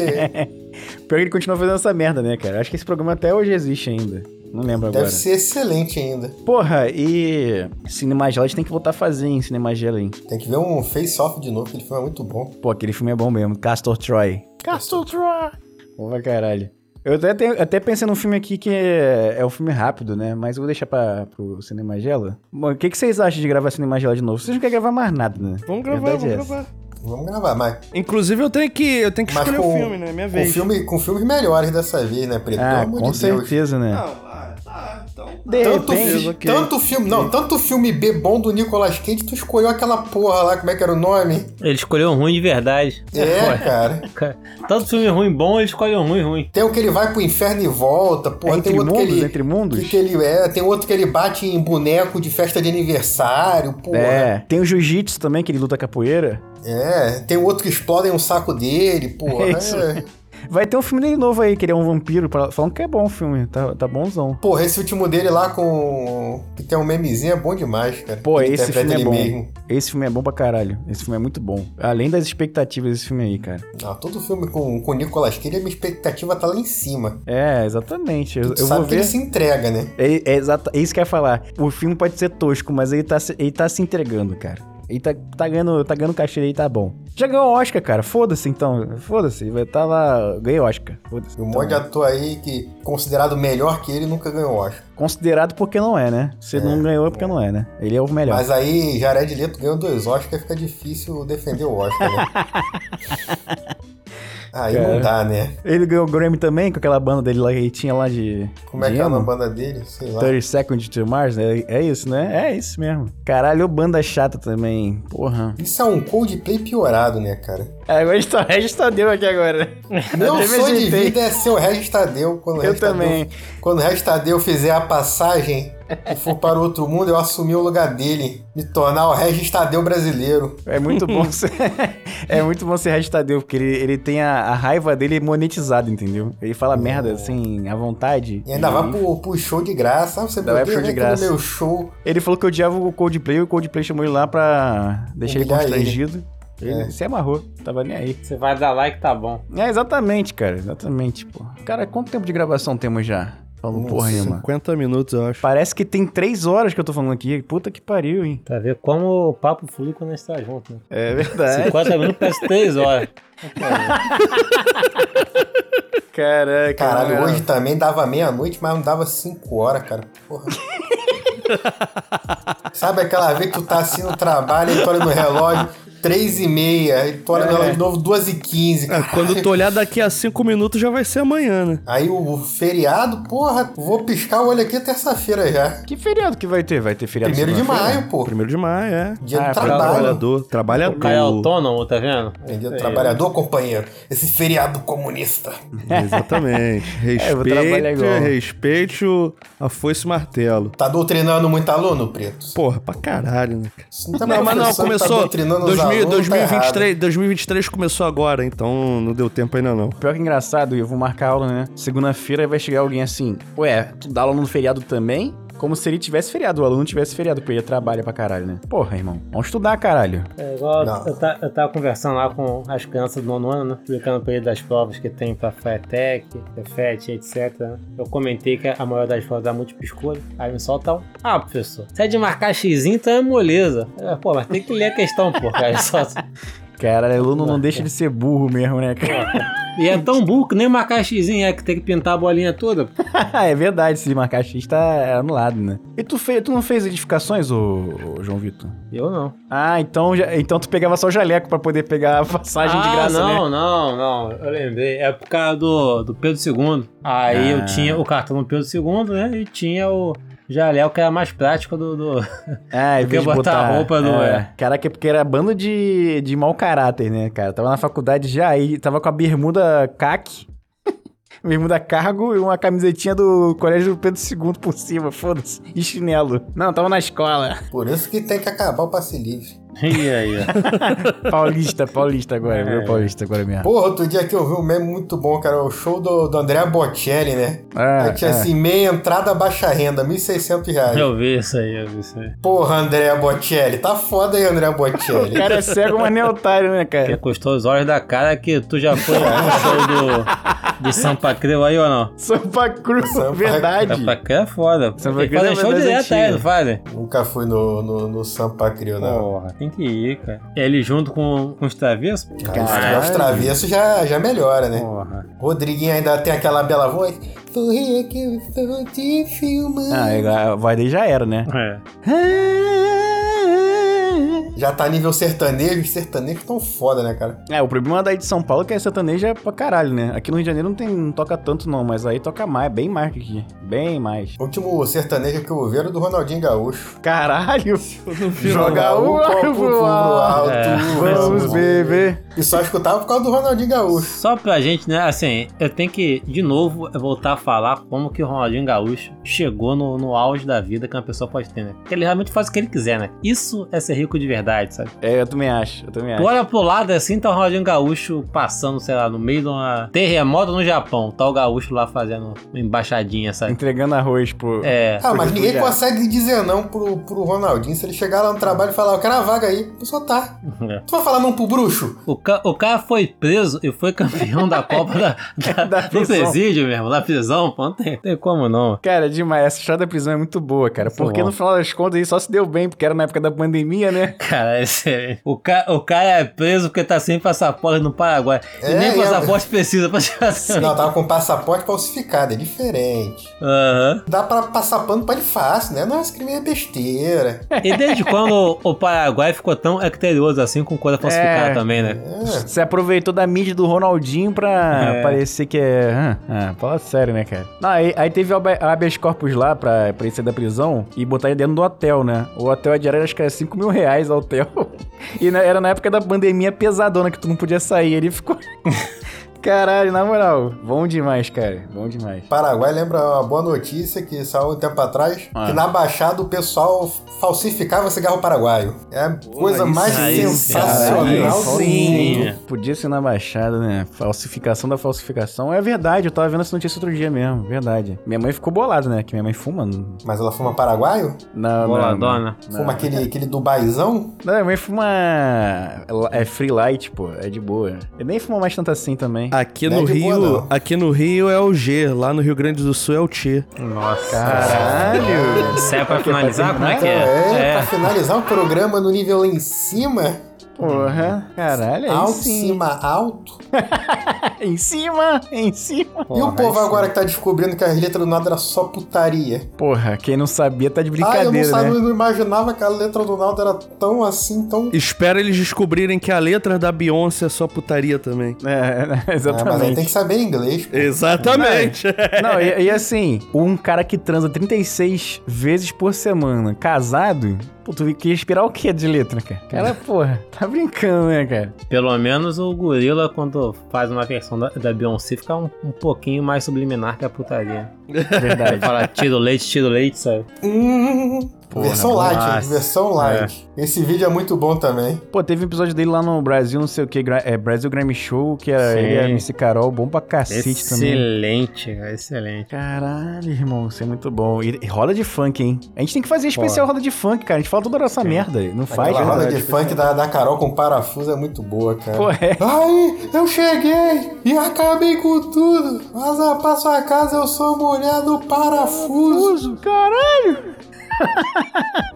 [SPEAKER 2] Pior que ele continua fazendo essa merda, né, cara? Acho que esse programa até hoje existe ainda. Não lembro
[SPEAKER 3] Deve
[SPEAKER 2] agora.
[SPEAKER 3] ser excelente ainda.
[SPEAKER 2] Porra, e Cinemagela a gente tem que voltar a fazer, hein, Cinemagela, hein?
[SPEAKER 3] Tem que ver um face-off de novo, que ele foi muito bom.
[SPEAKER 2] Pô, aquele filme é bom mesmo, Castor Troy. Castor Troy! Bom pra caralho. Eu até, tenho- até pensei num filme aqui que é, é um filme rápido, né? Mas eu vou deixar pra, pro Cinemagela. Bom, o que, que vocês acham de gravar Cinemagela de novo? Vocês não querem gravar mais nada, né?
[SPEAKER 4] Vamos gravar,
[SPEAKER 2] Verdade
[SPEAKER 4] vamos
[SPEAKER 2] é essa.
[SPEAKER 4] gravar.
[SPEAKER 3] Vamos gravar, mas
[SPEAKER 4] Inclusive, eu tenho que, eu tenho que
[SPEAKER 3] Mas
[SPEAKER 4] escolher o
[SPEAKER 3] com-
[SPEAKER 4] filme, né? Minha
[SPEAKER 3] com,
[SPEAKER 4] vez.
[SPEAKER 3] filme, com filmes melhores dessa vez, né, Preto?
[SPEAKER 2] Ah, com certeza, né?
[SPEAKER 4] Não, ah, tá, então.
[SPEAKER 2] De
[SPEAKER 3] Tanto,
[SPEAKER 2] repente-
[SPEAKER 3] fi- tanto filme, não, tanto filme B bom do Nicolas Cage, tu escolheu aquela porra lá, como é que era o nome?
[SPEAKER 1] Ele escolheu um ruim de verdade.
[SPEAKER 3] É, cara.
[SPEAKER 1] Pô, Tanto filme ruim bom, ele escolhe um ruim ruim.
[SPEAKER 3] Tem o que ele vai pro inferno e volta, porra,
[SPEAKER 2] É entre
[SPEAKER 3] tem outro
[SPEAKER 2] mundos,
[SPEAKER 3] que ele
[SPEAKER 2] entre mundos?
[SPEAKER 3] que, que ele é, tem outro que ele bate em boneco de festa de aniversário, porra.
[SPEAKER 2] É, tem o jiu-jitsu também, que ele luta capoeira.
[SPEAKER 3] É, tem outro que explode um saco dele, porra.
[SPEAKER 2] É
[SPEAKER 3] É
[SPEAKER 2] isso. Vai ter um filme dele novo aí, que ele é um vampiro, pra- falando que é bom o filme, tá, tá bonzão.
[SPEAKER 3] Porra, esse último dele lá com. que tem um memezinho é bom demais, cara.
[SPEAKER 2] Pô,
[SPEAKER 3] Ele
[SPEAKER 2] esse
[SPEAKER 3] interpreta
[SPEAKER 2] filme é
[SPEAKER 3] ele
[SPEAKER 2] bom.
[SPEAKER 3] mesmo.
[SPEAKER 2] Esse filme é bom pra caralho, esse filme é muito bom. Além das expectativas desse filme aí, cara.
[SPEAKER 3] Ah, todo filme com, com o Nicolas Cage, a minha expectativa tá lá em cima.
[SPEAKER 2] É, exatamente, eu,
[SPEAKER 3] Tu
[SPEAKER 2] eu
[SPEAKER 3] sabe
[SPEAKER 2] vou
[SPEAKER 3] que ele
[SPEAKER 2] ver...
[SPEAKER 3] se entrega, né?
[SPEAKER 2] É, é exata- é isso que eu ia falar. O filme pode ser tosco, mas ele tá, se- ele tá se entregando, cara. Ele tá, tá ganhando, tá ganhando cachê aí, tá bom. Já ganhou o Oscar, cara. Foda-se então. Foda-se. Vai tá lá. Ganhei Oscar. Foda-se.
[SPEAKER 3] E um
[SPEAKER 2] então.
[SPEAKER 3] monte de ator aí que, considerado melhor que ele, nunca ganhou Oscar.
[SPEAKER 2] Considerado porque não é, né? Se não ganhou é porque não é, né? Ele é o melhor.
[SPEAKER 3] Mas aí, Jared Leto ganhou dois Oscars, fica difícil defender o Oscar, né? aí
[SPEAKER 2] Cara.
[SPEAKER 3] não dá, né?
[SPEAKER 2] Ele ganhou o Grammy também com aquela banda dele lá que ele tinha lá de.
[SPEAKER 3] Como é
[SPEAKER 2] de
[SPEAKER 3] que é
[SPEAKER 2] emo?
[SPEAKER 3] na banda dele? Sei lá.
[SPEAKER 2] 30 Seconds to Mars, né? É isso, né? É isso mesmo. Caralho, banda chata também. Porra.
[SPEAKER 3] Isso é um Coldplay piorado, né, cara?
[SPEAKER 2] É, agora a gente tá- a gente tá deu aqui agora, né?
[SPEAKER 3] Meu
[SPEAKER 2] Até me
[SPEAKER 3] sonho de
[SPEAKER 2] ajeitei.
[SPEAKER 3] vida é ser o Regis Tadeu. Quando o
[SPEAKER 2] Eu
[SPEAKER 3] Regis Tadeu-
[SPEAKER 2] também.
[SPEAKER 3] quando o Regis Tadeu fizer a passagem e for para outro mundo, eu assumir o lugar dele. Me tornar o Regis Tadeu brasileiro.
[SPEAKER 2] É muito bom ser, é muito bom ser Regis Tadeu, porque ele, ele tem a, a raiva dele monetizada, entendeu? Ele fala merda, assim, à vontade.
[SPEAKER 3] Hum. E é- ainda vai pro, pro show de graça. Ah, você
[SPEAKER 2] Uhum. Ainda vai pro
[SPEAKER 3] poderia
[SPEAKER 2] show de
[SPEAKER 3] vir aqui
[SPEAKER 2] graça.
[SPEAKER 3] no meu show.
[SPEAKER 2] Ele falou que odiava o Coldplay, e o Coldplay chamou ele lá pra deixar ele
[SPEAKER 3] Humilhar ele. É.
[SPEAKER 2] constrangido. Ele se amarrou, tava nem aí.
[SPEAKER 1] Você vai dar like, tá bom.
[SPEAKER 2] É, exatamente, cara, exatamente, pô. Cara, quanto tempo de gravação temos já? Falando porra aí, mano.
[SPEAKER 4] 50 minutos, eu acho.
[SPEAKER 2] Parece que tem três horas que eu tô falando aqui. Puta que pariu, hein?
[SPEAKER 1] Pra Tá ver como o papo flui quando a gente tá junto, né?
[SPEAKER 2] É verdade.
[SPEAKER 1] 50 minutos parece 3 horas.
[SPEAKER 2] Caraca,
[SPEAKER 3] Caralho,
[SPEAKER 2] mano.
[SPEAKER 3] hoje também dava meia-noite, mas não dava cinco horas, cara. Porra. Sabe aquela vez que tu tá assim no trabalho e tu olha no relógio, 3 e meia, e tu
[SPEAKER 2] É.
[SPEAKER 3] olha ela de novo 2 e 15.
[SPEAKER 4] É, quando tu olhar daqui a cinco minutos já vai ser amanhã, né?
[SPEAKER 3] Aí o feriado, porra, vou piscar o olho aqui terça-feira já.
[SPEAKER 2] Que feriado que vai ter? Vai ter feriado
[SPEAKER 3] Primeiro de
[SPEAKER 2] segunda-feira?
[SPEAKER 3] maio, pô.
[SPEAKER 4] Primeiro de maio, é.
[SPEAKER 3] Dia do
[SPEAKER 4] é, pra
[SPEAKER 3] trabalho.
[SPEAKER 4] Trabalhador, É,
[SPEAKER 1] O cara é
[SPEAKER 4] trabalhador.
[SPEAKER 1] autônomo, tá vendo?
[SPEAKER 3] Entendeu? Trabalhador, companheiro. Esse feriado comunista.
[SPEAKER 4] Exatamente.
[SPEAKER 2] É, eu vou trabalhar
[SPEAKER 4] Respeite,
[SPEAKER 2] igual.
[SPEAKER 4] respeite o, a foice e martelo.
[SPEAKER 3] Tá doutrinando muito aluno, Preto?
[SPEAKER 4] Porra, pra caralho, né? cara?
[SPEAKER 3] Isso tá
[SPEAKER 4] Não, mas não,
[SPEAKER 3] professor que Tá
[SPEAKER 4] começou.
[SPEAKER 3] doutrinando os
[SPEAKER 4] 2000,
[SPEAKER 3] alunos, tá
[SPEAKER 4] 2023, 2023 começou agora, então não deu tempo ainda não.
[SPEAKER 2] Pior que é engraçado, eu vou marcar aula, né? Segunda-feira vai chegar alguém assim, ué, tu dá aula no feriado também? Como se ele tivesse feriado, o aluno tivesse feriado, porque ele trabalha pra caralho, né? Porra, irmão, vamos estudar, caralho.
[SPEAKER 1] É igual
[SPEAKER 3] Não.
[SPEAKER 1] eu, ta- eu tava conversando lá com as crianças do nono ano, né? Explicando pra ele das provas que tem pra FETEC, FET, etc. né? Eu comentei que a maioria das provas dá múltipla escolha. Aí me solta um. Ah, professor, se é de marcar X, então é moleza. Eu, pô, mas tem que ler a questão, pô. assim. Aí ele solta.
[SPEAKER 2] Caralho, aluno não deixa de ser burro mesmo, né, cara?
[SPEAKER 1] E é tão burro que nem marcar X é que tem que pintar a bolinha toda.
[SPEAKER 2] é verdade, se marcar X tá anulado, né? E tu, fez, tu não fez edificações, ô, ô João Vitor?
[SPEAKER 1] Eu não.
[SPEAKER 2] Ah, então, já- então tu pegava só o jaleco pra poder pegar a passagem de graça, né?
[SPEAKER 1] Ah, não, não, não. Eu lembrei. É por causa do, do Pedro II. Aí
[SPEAKER 2] Ah.
[SPEAKER 1] eu tinha o cartão do Pedro II, né? E tinha o Jaléu, que era mais prático do. do...
[SPEAKER 2] Ah, em
[SPEAKER 1] Porque
[SPEAKER 2] vez de
[SPEAKER 1] botar a roupa não é.
[SPEAKER 2] Caraca, é porque era bando de, de mau caráter, né, cara? Tava na faculdade já e tava com a bermuda caque, bermuda cargo e uma camisetinha do Colégio Pedro II por cima, foda-se, e chinelo. Não, tava na escola.
[SPEAKER 3] errados. Por isso que tem que acabar o passe livre.
[SPEAKER 1] E aí, ó.
[SPEAKER 2] Paulista, paulista agora,
[SPEAKER 1] É.
[SPEAKER 2] meu paulista agora mesmo.
[SPEAKER 3] Porra, outro dia que eu vi um meme muito bom, cara. O show do, do André Bocelli, né?
[SPEAKER 2] Ah,
[SPEAKER 4] É,
[SPEAKER 3] Aí tinha assim, meia entrada, baixa renda, 1.600 reais.
[SPEAKER 1] Eu vi isso aí, eu vi isso aí.
[SPEAKER 3] Porra, André Bocelli. Tá foda aí, André
[SPEAKER 2] O
[SPEAKER 3] Bocelli.
[SPEAKER 2] cara é cego, mas não é otário, né,
[SPEAKER 1] Porque
[SPEAKER 2] cara?
[SPEAKER 1] custou os olhos da cara que tu já foi no show do, de Sampa Creu aí ou não?
[SPEAKER 2] Sampa Cruz,
[SPEAKER 3] Sampa-
[SPEAKER 2] verdade.
[SPEAKER 1] Sampa Creu é foda. pô.
[SPEAKER 2] Sampa
[SPEAKER 1] Tem que
[SPEAKER 2] Creu é
[SPEAKER 1] fazer show
[SPEAKER 2] das
[SPEAKER 1] direto
[SPEAKER 2] antigas.
[SPEAKER 1] aí, não fazem?
[SPEAKER 3] Nunca fui no, no, no Sampa Crio, não.
[SPEAKER 1] Porra, tem que ir, cara. Ele junto com, com os travessos?
[SPEAKER 3] Aí, os travessos já, já melhora, né?
[SPEAKER 1] Porra.
[SPEAKER 3] Rodriguinho ainda tem aquela bela voz. Foi que eu estou te filmando.
[SPEAKER 2] Ah, a voz dele já era, né?
[SPEAKER 1] É.
[SPEAKER 3] Já tá nível sertanejo, os sertanejos tão foda, né, cara?
[SPEAKER 2] É, o problema daí de São Paulo é que a sertaneja é pra caralho, né? Aqui no Rio de Janeiro não, tem, não toca tanto não, mas aí toca mais, bem mais que aqui. Bem mais.
[SPEAKER 3] O último sertanejo é que eu ouvi era do Ronaldinho Gaúcho.
[SPEAKER 2] Caralho! Joga
[SPEAKER 3] Joga
[SPEAKER 2] o
[SPEAKER 3] o copo pro alto.
[SPEAKER 2] Vamos beber.
[SPEAKER 3] E só escutava por causa do Ronaldinho Gaúcho.
[SPEAKER 1] Só pra gente, né? Assim, eu tenho que, de novo, voltar a falar como que o Ronaldinho Gaúcho chegou no, no auge da vida que uma pessoa pode ter, né? Porque ele realmente faz o que ele quiser, né? Isso é ser rico de verdade, sabe?
[SPEAKER 2] É, eu também acho, eu também
[SPEAKER 1] Tu
[SPEAKER 2] acho.
[SPEAKER 1] olha pro lado assim, tá o Ronaldinho Gaúcho passando, sei lá, no meio de uma terremoto no Japão. Tá o Gaúcho lá fazendo uma embaixadinha, sabe?
[SPEAKER 2] Entregando arroz pro...
[SPEAKER 1] É.
[SPEAKER 3] Ah, mas
[SPEAKER 2] Foi
[SPEAKER 3] ninguém
[SPEAKER 2] tudo já.
[SPEAKER 3] consegue dizer não pro, pro Ronaldinho. Se ele chegar lá no trabalho e falar, eu quero a vaga aí, a pessoa tá.
[SPEAKER 2] É.
[SPEAKER 3] Tu vai falar não pro bruxo?
[SPEAKER 1] O, ca- o cara foi preso e foi campeão da Copa da, da,
[SPEAKER 2] Da
[SPEAKER 1] do
[SPEAKER 2] prisão.
[SPEAKER 1] presídio mesmo, da prisão, pô. Não tem, tem como não.
[SPEAKER 2] Cara, é demais. Essa história da prisão é muito boa, cara.
[SPEAKER 1] Muito
[SPEAKER 2] porque
[SPEAKER 1] bom.
[SPEAKER 2] no final das contas ele só se deu bem, porque era na época da pandemia, né?
[SPEAKER 1] Cara, esse é- o, ca, o cara é preso porque tá sem passaporte no Paraguai. E
[SPEAKER 3] É,
[SPEAKER 1] nem
[SPEAKER 3] e é-
[SPEAKER 1] passaporte precisa pra tirar essa-
[SPEAKER 3] Não, tava com um passaporte falsificado, é diferente.
[SPEAKER 1] Aham.
[SPEAKER 3] Dá pra passar pano pra ele fácil, né? Não, esse crime é besteira.
[SPEAKER 1] E desde quando o Paraguai ficou tão hecterioso assim com coisa falsificada
[SPEAKER 2] É.
[SPEAKER 1] também, né?
[SPEAKER 3] É.
[SPEAKER 2] Você aproveitou da mídia do Ronaldinho pra parecer que é. Ah, ah, fala sério, né, cara? Não, aí, aí teve o hab- habeas corpus lá pra, pra ele sair da prisão e botar ele dentro do hotel, né? O hotel é diário, acho que era 5 mil reais o hotel. E na- era na época da pandemia pesadona que tu não podia sair. Ele ficou. Caralho, na moral. Bom demais, cara. Bom demais.
[SPEAKER 3] Paraguai lembra uma boa notícia que saiu um tempo atrás,
[SPEAKER 2] Ah.
[SPEAKER 3] que na Baixada o pessoal falsificava cigarro paraguaio. É a coisa mais
[SPEAKER 1] aí sim,
[SPEAKER 2] Caralho,
[SPEAKER 3] sensacional do mundo.
[SPEAKER 2] sim. Podia ser na Baixada, né? Falsificação da falsificação. É verdade, eu tava vendo essa notícia outro dia mesmo. Verdade. Minha mãe ficou bolada, né? Que minha mãe fuma. Não,
[SPEAKER 3] Mas ela fuma paraguaio?
[SPEAKER 2] não,
[SPEAKER 1] Boladona.
[SPEAKER 2] não.
[SPEAKER 3] Fuma aquele, aquele Dubaizão?
[SPEAKER 2] Não, minha mãe fuma. É free light, pô. É de boa. Eu nem fumo mais tanto assim também.
[SPEAKER 4] Aqui
[SPEAKER 3] Não é
[SPEAKER 4] no
[SPEAKER 3] de boa,
[SPEAKER 4] Rio,
[SPEAKER 3] não.
[SPEAKER 4] aqui no Rio é o G, lá no Rio Grande do Sul é o T.
[SPEAKER 1] Nossa.
[SPEAKER 2] Caralho!
[SPEAKER 1] Isso é pra finalizar? Como é que
[SPEAKER 3] É,
[SPEAKER 1] é?
[SPEAKER 3] pra finalizar o programa no nível lá em cima,
[SPEAKER 2] Porra. Caralho, aí
[SPEAKER 3] alto,
[SPEAKER 2] sim.
[SPEAKER 3] cima, alto.
[SPEAKER 2] em cima, em cima.
[SPEAKER 3] e o povo agora que tá descobrindo que as letras do nada era só putaria?
[SPEAKER 2] Porra, quem não sabia tá de brincadeira,
[SPEAKER 3] ah, eu não,
[SPEAKER 2] né?
[SPEAKER 3] sabia, não imaginava que a letra do nada era tão assim, tão.
[SPEAKER 4] Espero eles descobrirem que a letra da Beyoncé é só putaria também.
[SPEAKER 2] É,
[SPEAKER 3] Ah, mas aí tem que saber inglês.
[SPEAKER 4] Exatamente.
[SPEAKER 2] Não, e, e assim, um cara que transa 36 vezes por semana, casado, pô, tu queria esperar o quê de letra, cara? Cara, porra, tá brincando, né, cara?
[SPEAKER 1] Pelo menos o gorila, quando faz uma versão da, da Beyoncé, fica um, um pouquinho mais subliminar que a putaria. Ele
[SPEAKER 2] Verdade.
[SPEAKER 1] fala, tira o leite, tira o leite, sabe?
[SPEAKER 3] Hum,
[SPEAKER 1] Porra,
[SPEAKER 3] versão light,
[SPEAKER 1] nossa.
[SPEAKER 3] gente, versão light. Esse vídeo é muito bom também.
[SPEAKER 2] Pô, teve um episódio dele lá no Brasil, não sei o que, é, Brasil Grammy Show, que era
[SPEAKER 1] Sim.
[SPEAKER 2] ele e a MC Carol, bom pra cacete também.
[SPEAKER 1] Excelente, cara, excelente.
[SPEAKER 2] Caralho, irmão, isso é muito bom. E e roda de funk, hein? A gente tem que fazer especial roda de funk, cara. A gente fala toda hora essa merda. Não faz,
[SPEAKER 3] Aquela roda
[SPEAKER 2] verdade.
[SPEAKER 3] de funk da, da Carol com parafuso é muito boa, cara.
[SPEAKER 2] né? Pô, é.
[SPEAKER 3] Aí, eu cheguei e acabei com tudo. Vaza pra sua casa, eu sou mulher do parafuso.
[SPEAKER 2] Caralho!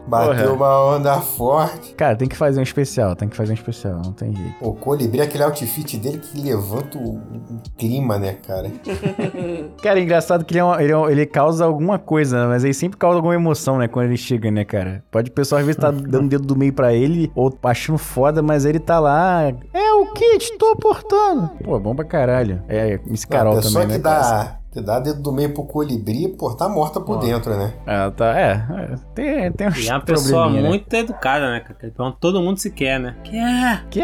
[SPEAKER 3] Bateu uma onda forte.
[SPEAKER 2] Cara, tem que fazer um especial, tem que fazer um especial, não tem jeito.
[SPEAKER 3] O colibri, aquele outfit dele que levanta o, o clima, né, cara?
[SPEAKER 2] Cara, é engraçado que ele, é uma- ele, é um- ele causa alguma coisa, né? mas ele sempre causa alguma emoção, né? Quando ele chega, né, cara? Pode o pessoal às vezes tá dando dedo do meio pra ele ou achando foda, mas ele tá lá. É o kit, tô portando. Pô, bom pra caralho. É, esse Carol
[SPEAKER 3] a pessoa
[SPEAKER 2] também, né?
[SPEAKER 3] que
[SPEAKER 2] cara?
[SPEAKER 3] dá, que dá dedo do meio pro colibri, pô, tá morta por dentro, né?
[SPEAKER 2] Ah, tá. É, é, tem, tem uns
[SPEAKER 1] E é uma pessoa
[SPEAKER 2] probleminha, né?
[SPEAKER 1] muito educada, né, cara? Então todo mundo se quer, né?
[SPEAKER 2] Que é?
[SPEAKER 3] Que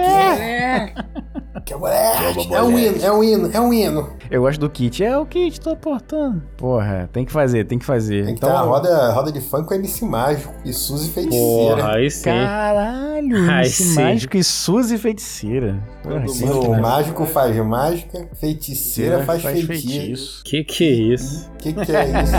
[SPEAKER 3] é, moleque, é um hino, é um hino, é um hino.
[SPEAKER 2] Eu gosto do kit. É o kit, tô portando. Porra, tem que fazer, tem que fazer. Então,
[SPEAKER 3] Tem que ter uma Então, roda, roda de funk com MC Mágico e Suzy Feiticeira.
[SPEAKER 1] Porra, aí sim.
[SPEAKER 2] Caralho,
[SPEAKER 1] Ai,
[SPEAKER 2] esse
[SPEAKER 1] sim.
[SPEAKER 2] mágico e Suzy feiticeira. Porra, que
[SPEAKER 3] Sim,
[SPEAKER 2] é
[SPEAKER 3] o
[SPEAKER 2] maravilha.
[SPEAKER 3] mágico faz mágica, feiticeira faz, feitiço.
[SPEAKER 1] Que que é isso?
[SPEAKER 3] O que, que é isso?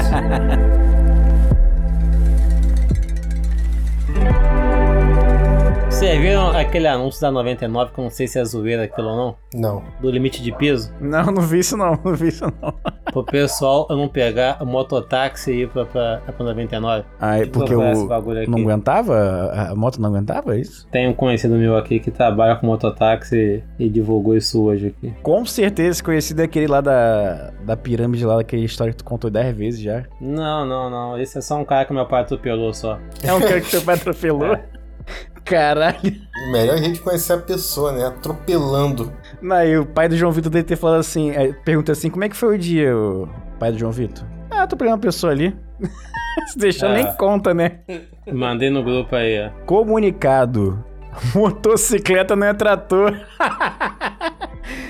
[SPEAKER 1] Vocês viram aquele anúncio da 99, que eu não sei se é zoeira aquilo ou não?
[SPEAKER 3] Não.
[SPEAKER 1] Do limite de piso?
[SPEAKER 2] Não, não vi isso não, não vi isso não.
[SPEAKER 1] Pro pessoal não pegar o mototáxi e ir pra, pra, pra 99.
[SPEAKER 2] Ah, é
[SPEAKER 1] Que
[SPEAKER 2] porque
[SPEAKER 1] porra é esse
[SPEAKER 2] eu
[SPEAKER 1] bagulho aqui?
[SPEAKER 2] não aguentava? A- A moto não aguentava é isso?
[SPEAKER 1] Tem um conhecido meu aqui que trabalha com mototáxi e divulgou isso hoje aqui.
[SPEAKER 2] Com certeza esse conhecido é aquele lá da, da pirâmide lá, daquele história que tu contou 10 vezes já.
[SPEAKER 1] Não, não, não. Esse é só um cara que meu pai atropelou só.
[SPEAKER 2] É um cara que teu pai atropelou?
[SPEAKER 1] É.
[SPEAKER 2] Caralho.
[SPEAKER 3] Melhor a gente conhecer a pessoa, né? Atropelando.
[SPEAKER 2] Não, e o pai do João Vitor deve ter falado assim, aí pergunta assim, como é que foi o dia, o pai do João Vitor? Ah, tô pegando uma pessoa ali. Se deixar
[SPEAKER 1] Ah.
[SPEAKER 2] nem conta, né?
[SPEAKER 1] Mandei no grupo aí, ó.
[SPEAKER 2] Comunicado. Motocicleta não é trator.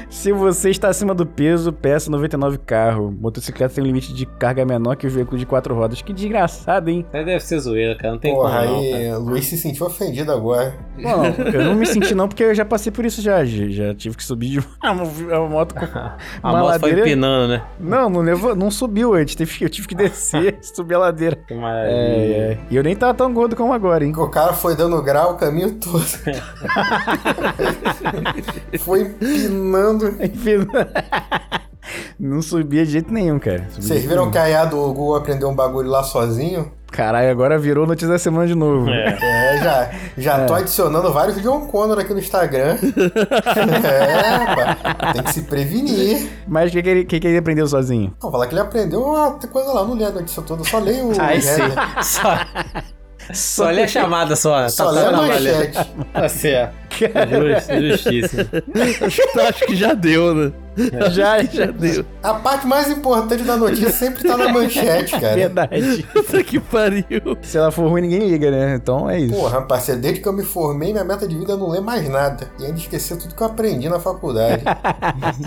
[SPEAKER 2] Se você está acima do peso, peça 99 carro. Motocicleta tem um limite de carga menor que o veículo de quatro rodas. Que desgraçado, hein?
[SPEAKER 1] Aí deve ser zoeira, cara. Não tem
[SPEAKER 3] Porra,
[SPEAKER 1] como não,
[SPEAKER 3] aí
[SPEAKER 1] cara.
[SPEAKER 3] Luiz se sentiu ofendido agora.
[SPEAKER 2] Bom, eu não me senti não porque eu já passei por isso já. Já já tive que subir de uma, uma moto com
[SPEAKER 1] A moto foi
[SPEAKER 2] Maladeira-
[SPEAKER 1] empinando, né?
[SPEAKER 2] Não, não, levou, não subiu antes. Teve que- Eu tive que descer, subir a ladeira.
[SPEAKER 1] Que
[SPEAKER 2] É,
[SPEAKER 1] maravilha.
[SPEAKER 2] é. E eu nem tava tão gordo como agora, hein?
[SPEAKER 3] O cara foi dando grau o caminho todo. foi empinando.
[SPEAKER 2] Enfim, não subia de jeito nenhum, cara. Subia de
[SPEAKER 3] Vocês
[SPEAKER 2] jeito
[SPEAKER 3] viram
[SPEAKER 2] nenhum.
[SPEAKER 3] que a Yá do Google aprendeu um bagulho lá sozinho?
[SPEAKER 2] Caralho, agora virou notícia da semana de novo.
[SPEAKER 1] É.
[SPEAKER 3] É, já, já tô adicionando vários John Connor aqui no Instagram. é, pá, tem que se prevenir.
[SPEAKER 2] Mas o que, que, ele- que que ele aprendeu sozinho?
[SPEAKER 3] Não, falar que ele aprendeu uma coisa lá, não li a notícia toda, só leio o
[SPEAKER 1] Aí sim. Tá
[SPEAKER 3] header.
[SPEAKER 1] Só, só lê a chamada só. né?
[SPEAKER 3] Só
[SPEAKER 1] tá
[SPEAKER 3] lê a
[SPEAKER 1] na valeta.
[SPEAKER 3] manchete.
[SPEAKER 1] Tá certo. Justi- Justiça.
[SPEAKER 4] Então, Acho que já deu, né?
[SPEAKER 3] É.
[SPEAKER 2] Já, já deu.
[SPEAKER 3] A parte mais importante da notícia sempre tá na manchete, cara.
[SPEAKER 2] Verdade.
[SPEAKER 4] Puta que pariu.
[SPEAKER 2] Se ela for ruim, ninguém liga, né? Então é isso.
[SPEAKER 3] Porra, parceiro, desde que eu me formei, minha meta de vida é não ler mais nada. E ainda esquecer tudo que eu aprendi na faculdade.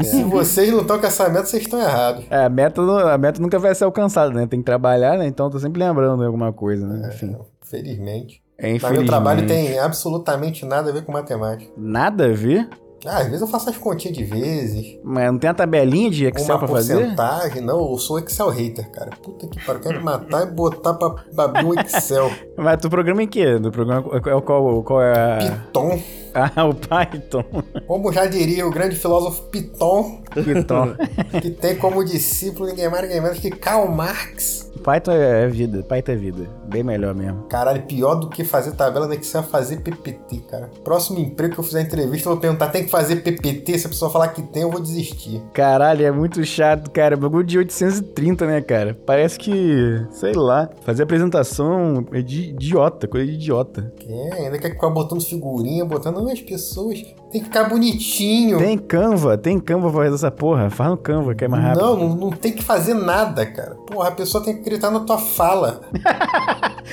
[SPEAKER 3] E Se vocês não estão com essa meta, vocês estão errados.
[SPEAKER 2] É, a meta, nu- a meta nunca vai ser alcançada, né? Tem que trabalhar, né? Então eu tô sempre lembrando de alguma coisa, né? Enfim.
[SPEAKER 3] Felizmente.
[SPEAKER 2] É,
[SPEAKER 3] Mas É. meu trabalho
[SPEAKER 2] infelizmente.
[SPEAKER 3] tem absolutamente nada a ver com matemática.
[SPEAKER 2] Nada a ver?
[SPEAKER 3] Ah, às vezes eu faço as continhas de vezes.
[SPEAKER 2] Mas não tem a tabelinha de Excel
[SPEAKER 3] uma
[SPEAKER 2] pra fazer?
[SPEAKER 3] porcentagem. Não, eu sou Excel hater, cara. Puta que pariu. eu Quero matar e botar pra, pra abrir um Excel.
[SPEAKER 2] Mas tu programa em quê? Do programa é o qual, qual é a...
[SPEAKER 3] Piton.
[SPEAKER 2] Ah, o Python.
[SPEAKER 3] Como já diria o grande filósofo Piton,
[SPEAKER 2] Python.
[SPEAKER 3] que tem como discípulo ninguém mais, ninguém menos que Karl Marx.
[SPEAKER 2] Python é vida, Python é vida. Bem melhor mesmo.
[SPEAKER 3] Caralho, pior do que fazer tabela no Excel é fazer PPT, cara. Próximo emprego que eu fizer entrevista, eu vou perguntar: tem que fazer PPT? Se a pessoa falar que tem, eu vou desistir.
[SPEAKER 2] Caralho, é muito chato, cara. Bagulho de 830, né, cara? Parece que, sei lá, fazer apresentação é de idiota, coisa de idiota.
[SPEAKER 3] É, ainda quer ficar botando figurinha, botando "Ah, as pessoas. Tem que ficar bonitinho.
[SPEAKER 2] Tem Canva, tem Canva pra fazer essa porra. Faz no Canva, que é mais rápido.
[SPEAKER 3] Não, não, não tem que fazer nada, cara. Porra, a pessoa tem que acreditar na tua fala.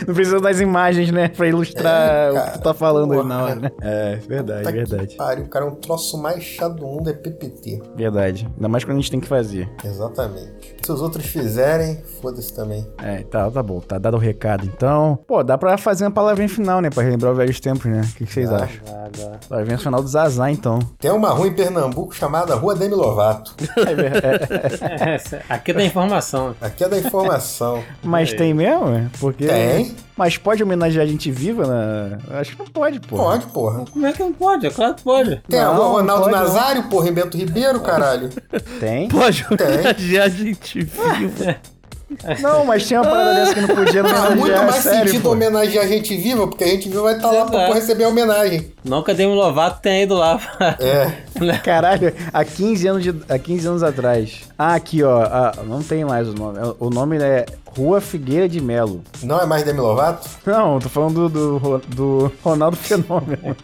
[SPEAKER 2] Não precisa das imagens, né? Pra ilustrar
[SPEAKER 3] É,
[SPEAKER 2] o que tu tá falando aí
[SPEAKER 3] porra. Tá
[SPEAKER 2] na hora, né? É, verdade,
[SPEAKER 3] Puta que
[SPEAKER 2] verdade.
[SPEAKER 3] Pariu, cara, é um troço mais chato do mundo é PPT.
[SPEAKER 2] Verdade. Ainda mais quando a gente tem que fazer.
[SPEAKER 3] Exatamente. Se os outros fizerem, foda-se também.
[SPEAKER 2] É, tá, tá bom. Tá dado o recado, então. Pô, dá pra fazer uma palavrinha final, né? Pra relembrar os velhos tempos, né? O que, que vocês acham? Palavrinha final do Zazá, então.
[SPEAKER 3] Tem uma rua em Pernambuco chamada Rua Demi Lovato.
[SPEAKER 1] Aqui da informação.
[SPEAKER 3] Aqui é da informação.
[SPEAKER 2] Mas tem mesmo? é? Porque.
[SPEAKER 3] Tem.
[SPEAKER 2] Mas pode homenagear a gente viva na. Acho que não pode, pô.
[SPEAKER 3] Pode, porra.
[SPEAKER 1] Como é que não pode? É claro que pode.
[SPEAKER 3] Tem a
[SPEAKER 2] Não,
[SPEAKER 3] rua Ronaldo
[SPEAKER 2] pode não.
[SPEAKER 3] Nazário, porra, em Bento Ribeiro, caralho.
[SPEAKER 2] Tem?
[SPEAKER 4] Pode
[SPEAKER 3] Tem.
[SPEAKER 4] homenagear a gente viva.
[SPEAKER 2] Não, mas tinha uma parada dessa que não podia
[SPEAKER 3] Faz
[SPEAKER 2] homenagear.
[SPEAKER 3] Tá É muito mais
[SPEAKER 2] é sério,
[SPEAKER 3] sentido
[SPEAKER 2] pô.
[SPEAKER 3] homenagear a gente viva, porque a gente viva vai estar lá pra
[SPEAKER 1] Exato.
[SPEAKER 3] porra, receber a homenagem.
[SPEAKER 1] Nunca Demi Lovato um tem ido lá.
[SPEAKER 3] É.
[SPEAKER 2] Caralho, há 15 anos, de, há 15 anos atrás. Ah, aqui, ó. ah, não tem mais o nome. O nome é Rua Figueira de Melo.
[SPEAKER 3] Não é mais Demi Lovato?
[SPEAKER 2] Não, tô falando do, do, Ro- do Ronaldo Fenômeno.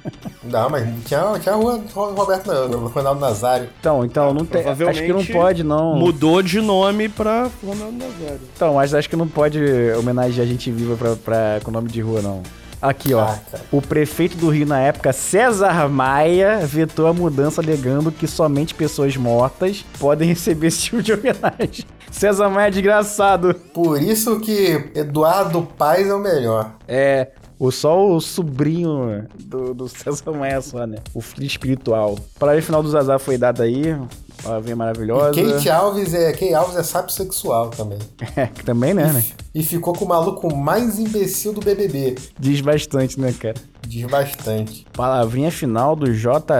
[SPEAKER 3] Não, mas tinha, tinha a rua do Roberto Ro- Ronaldo Nazário.
[SPEAKER 2] Então, então, não tem.
[SPEAKER 4] provavelmente
[SPEAKER 2] Acho que não pode, não.
[SPEAKER 4] Mudou de nome pra Ronaldo Nazário.
[SPEAKER 2] Então, mas acho que não pode homenagear a gente viva pra, pra- com nome de rua, não. Aqui, ó.
[SPEAKER 3] Ah, cara.
[SPEAKER 2] O prefeito do Rio na época, César Maia, vetou a mudança alegando que somente pessoas mortas podem receber esse tipo de homenagem. César Maia é desgraçado.
[SPEAKER 3] Por isso que Eduardo Paz é o melhor.
[SPEAKER 2] É, o só o sobrinho do, do César Maia só, né? O filho espiritual. Para final do Zazar foi dado aí. Palavrinha maravilhosa.
[SPEAKER 3] E Kate Alves é, Kate Alves é sábio sexual também.
[SPEAKER 2] É, que também, né, né?
[SPEAKER 3] E ficou com o maluco mais imbecil do BBB.
[SPEAKER 2] Diz bastante, né, cara?
[SPEAKER 3] Diz bastante.
[SPEAKER 2] Palavrinha final do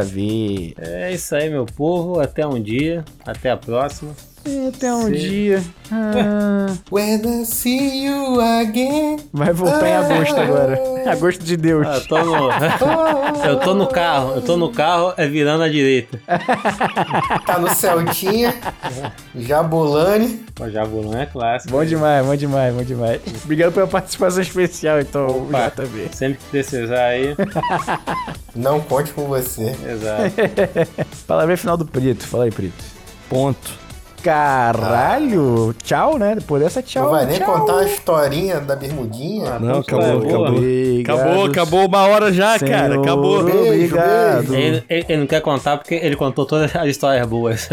[SPEAKER 2] JV.
[SPEAKER 1] É isso aí, meu povo. Até um dia. Até a próxima.
[SPEAKER 2] Até um
[SPEAKER 1] Sim.
[SPEAKER 2] dia. Ah,
[SPEAKER 3] When I see you again.
[SPEAKER 2] vai voltar em agosto agora. Agosto de Deus.
[SPEAKER 1] Ah, eu, tô no... eu tô no carro. Eu tô no carro, é virando à direita.
[SPEAKER 3] Tá no Celtinha. Jabulani.
[SPEAKER 1] O Jabulão é clássico.
[SPEAKER 2] Bom demais, bom demais, bom demais. Obrigado pela participação especial, então,
[SPEAKER 1] Opa.
[SPEAKER 2] JV.
[SPEAKER 1] Sempre que precisar aí.
[SPEAKER 3] Não conte com você.
[SPEAKER 1] Exato.
[SPEAKER 2] Palavrinha final do Preto. Fala aí, Preto.
[SPEAKER 4] Ponto.
[SPEAKER 2] Caralho! Tchau, né? Depois dessa, tchau.
[SPEAKER 3] Não vai nem
[SPEAKER 2] tchau. Ah,
[SPEAKER 3] contar a historinha da bermudinha.
[SPEAKER 4] Não,
[SPEAKER 1] Então,
[SPEAKER 4] acabou,
[SPEAKER 1] é boa.
[SPEAKER 4] acabou.
[SPEAKER 2] Obrigado,
[SPEAKER 4] Acabou, acabou uma hora já,
[SPEAKER 2] senhor.
[SPEAKER 4] cara. Acabou.
[SPEAKER 3] Beijo,
[SPEAKER 2] Obrigado.
[SPEAKER 1] Ele, ele- ele não quer contar porque ele contou todas as histórias boas.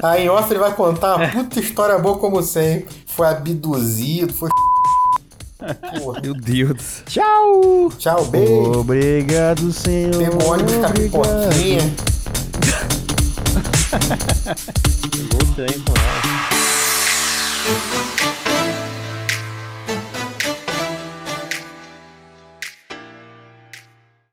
[SPEAKER 3] Aí em off ele vai contar uma puta história boa como sempre. Foi abduzido, foi. Porra.
[SPEAKER 4] Meu Deus. do céu.
[SPEAKER 2] Tchau!
[SPEAKER 3] Tchau, beijo.
[SPEAKER 2] Obrigado, senhor.
[SPEAKER 3] Pegou ônibus com a
[SPEAKER 2] Obrigado.
[SPEAKER 3] pipoquinha.
[SPEAKER 1] Vou bem com ela.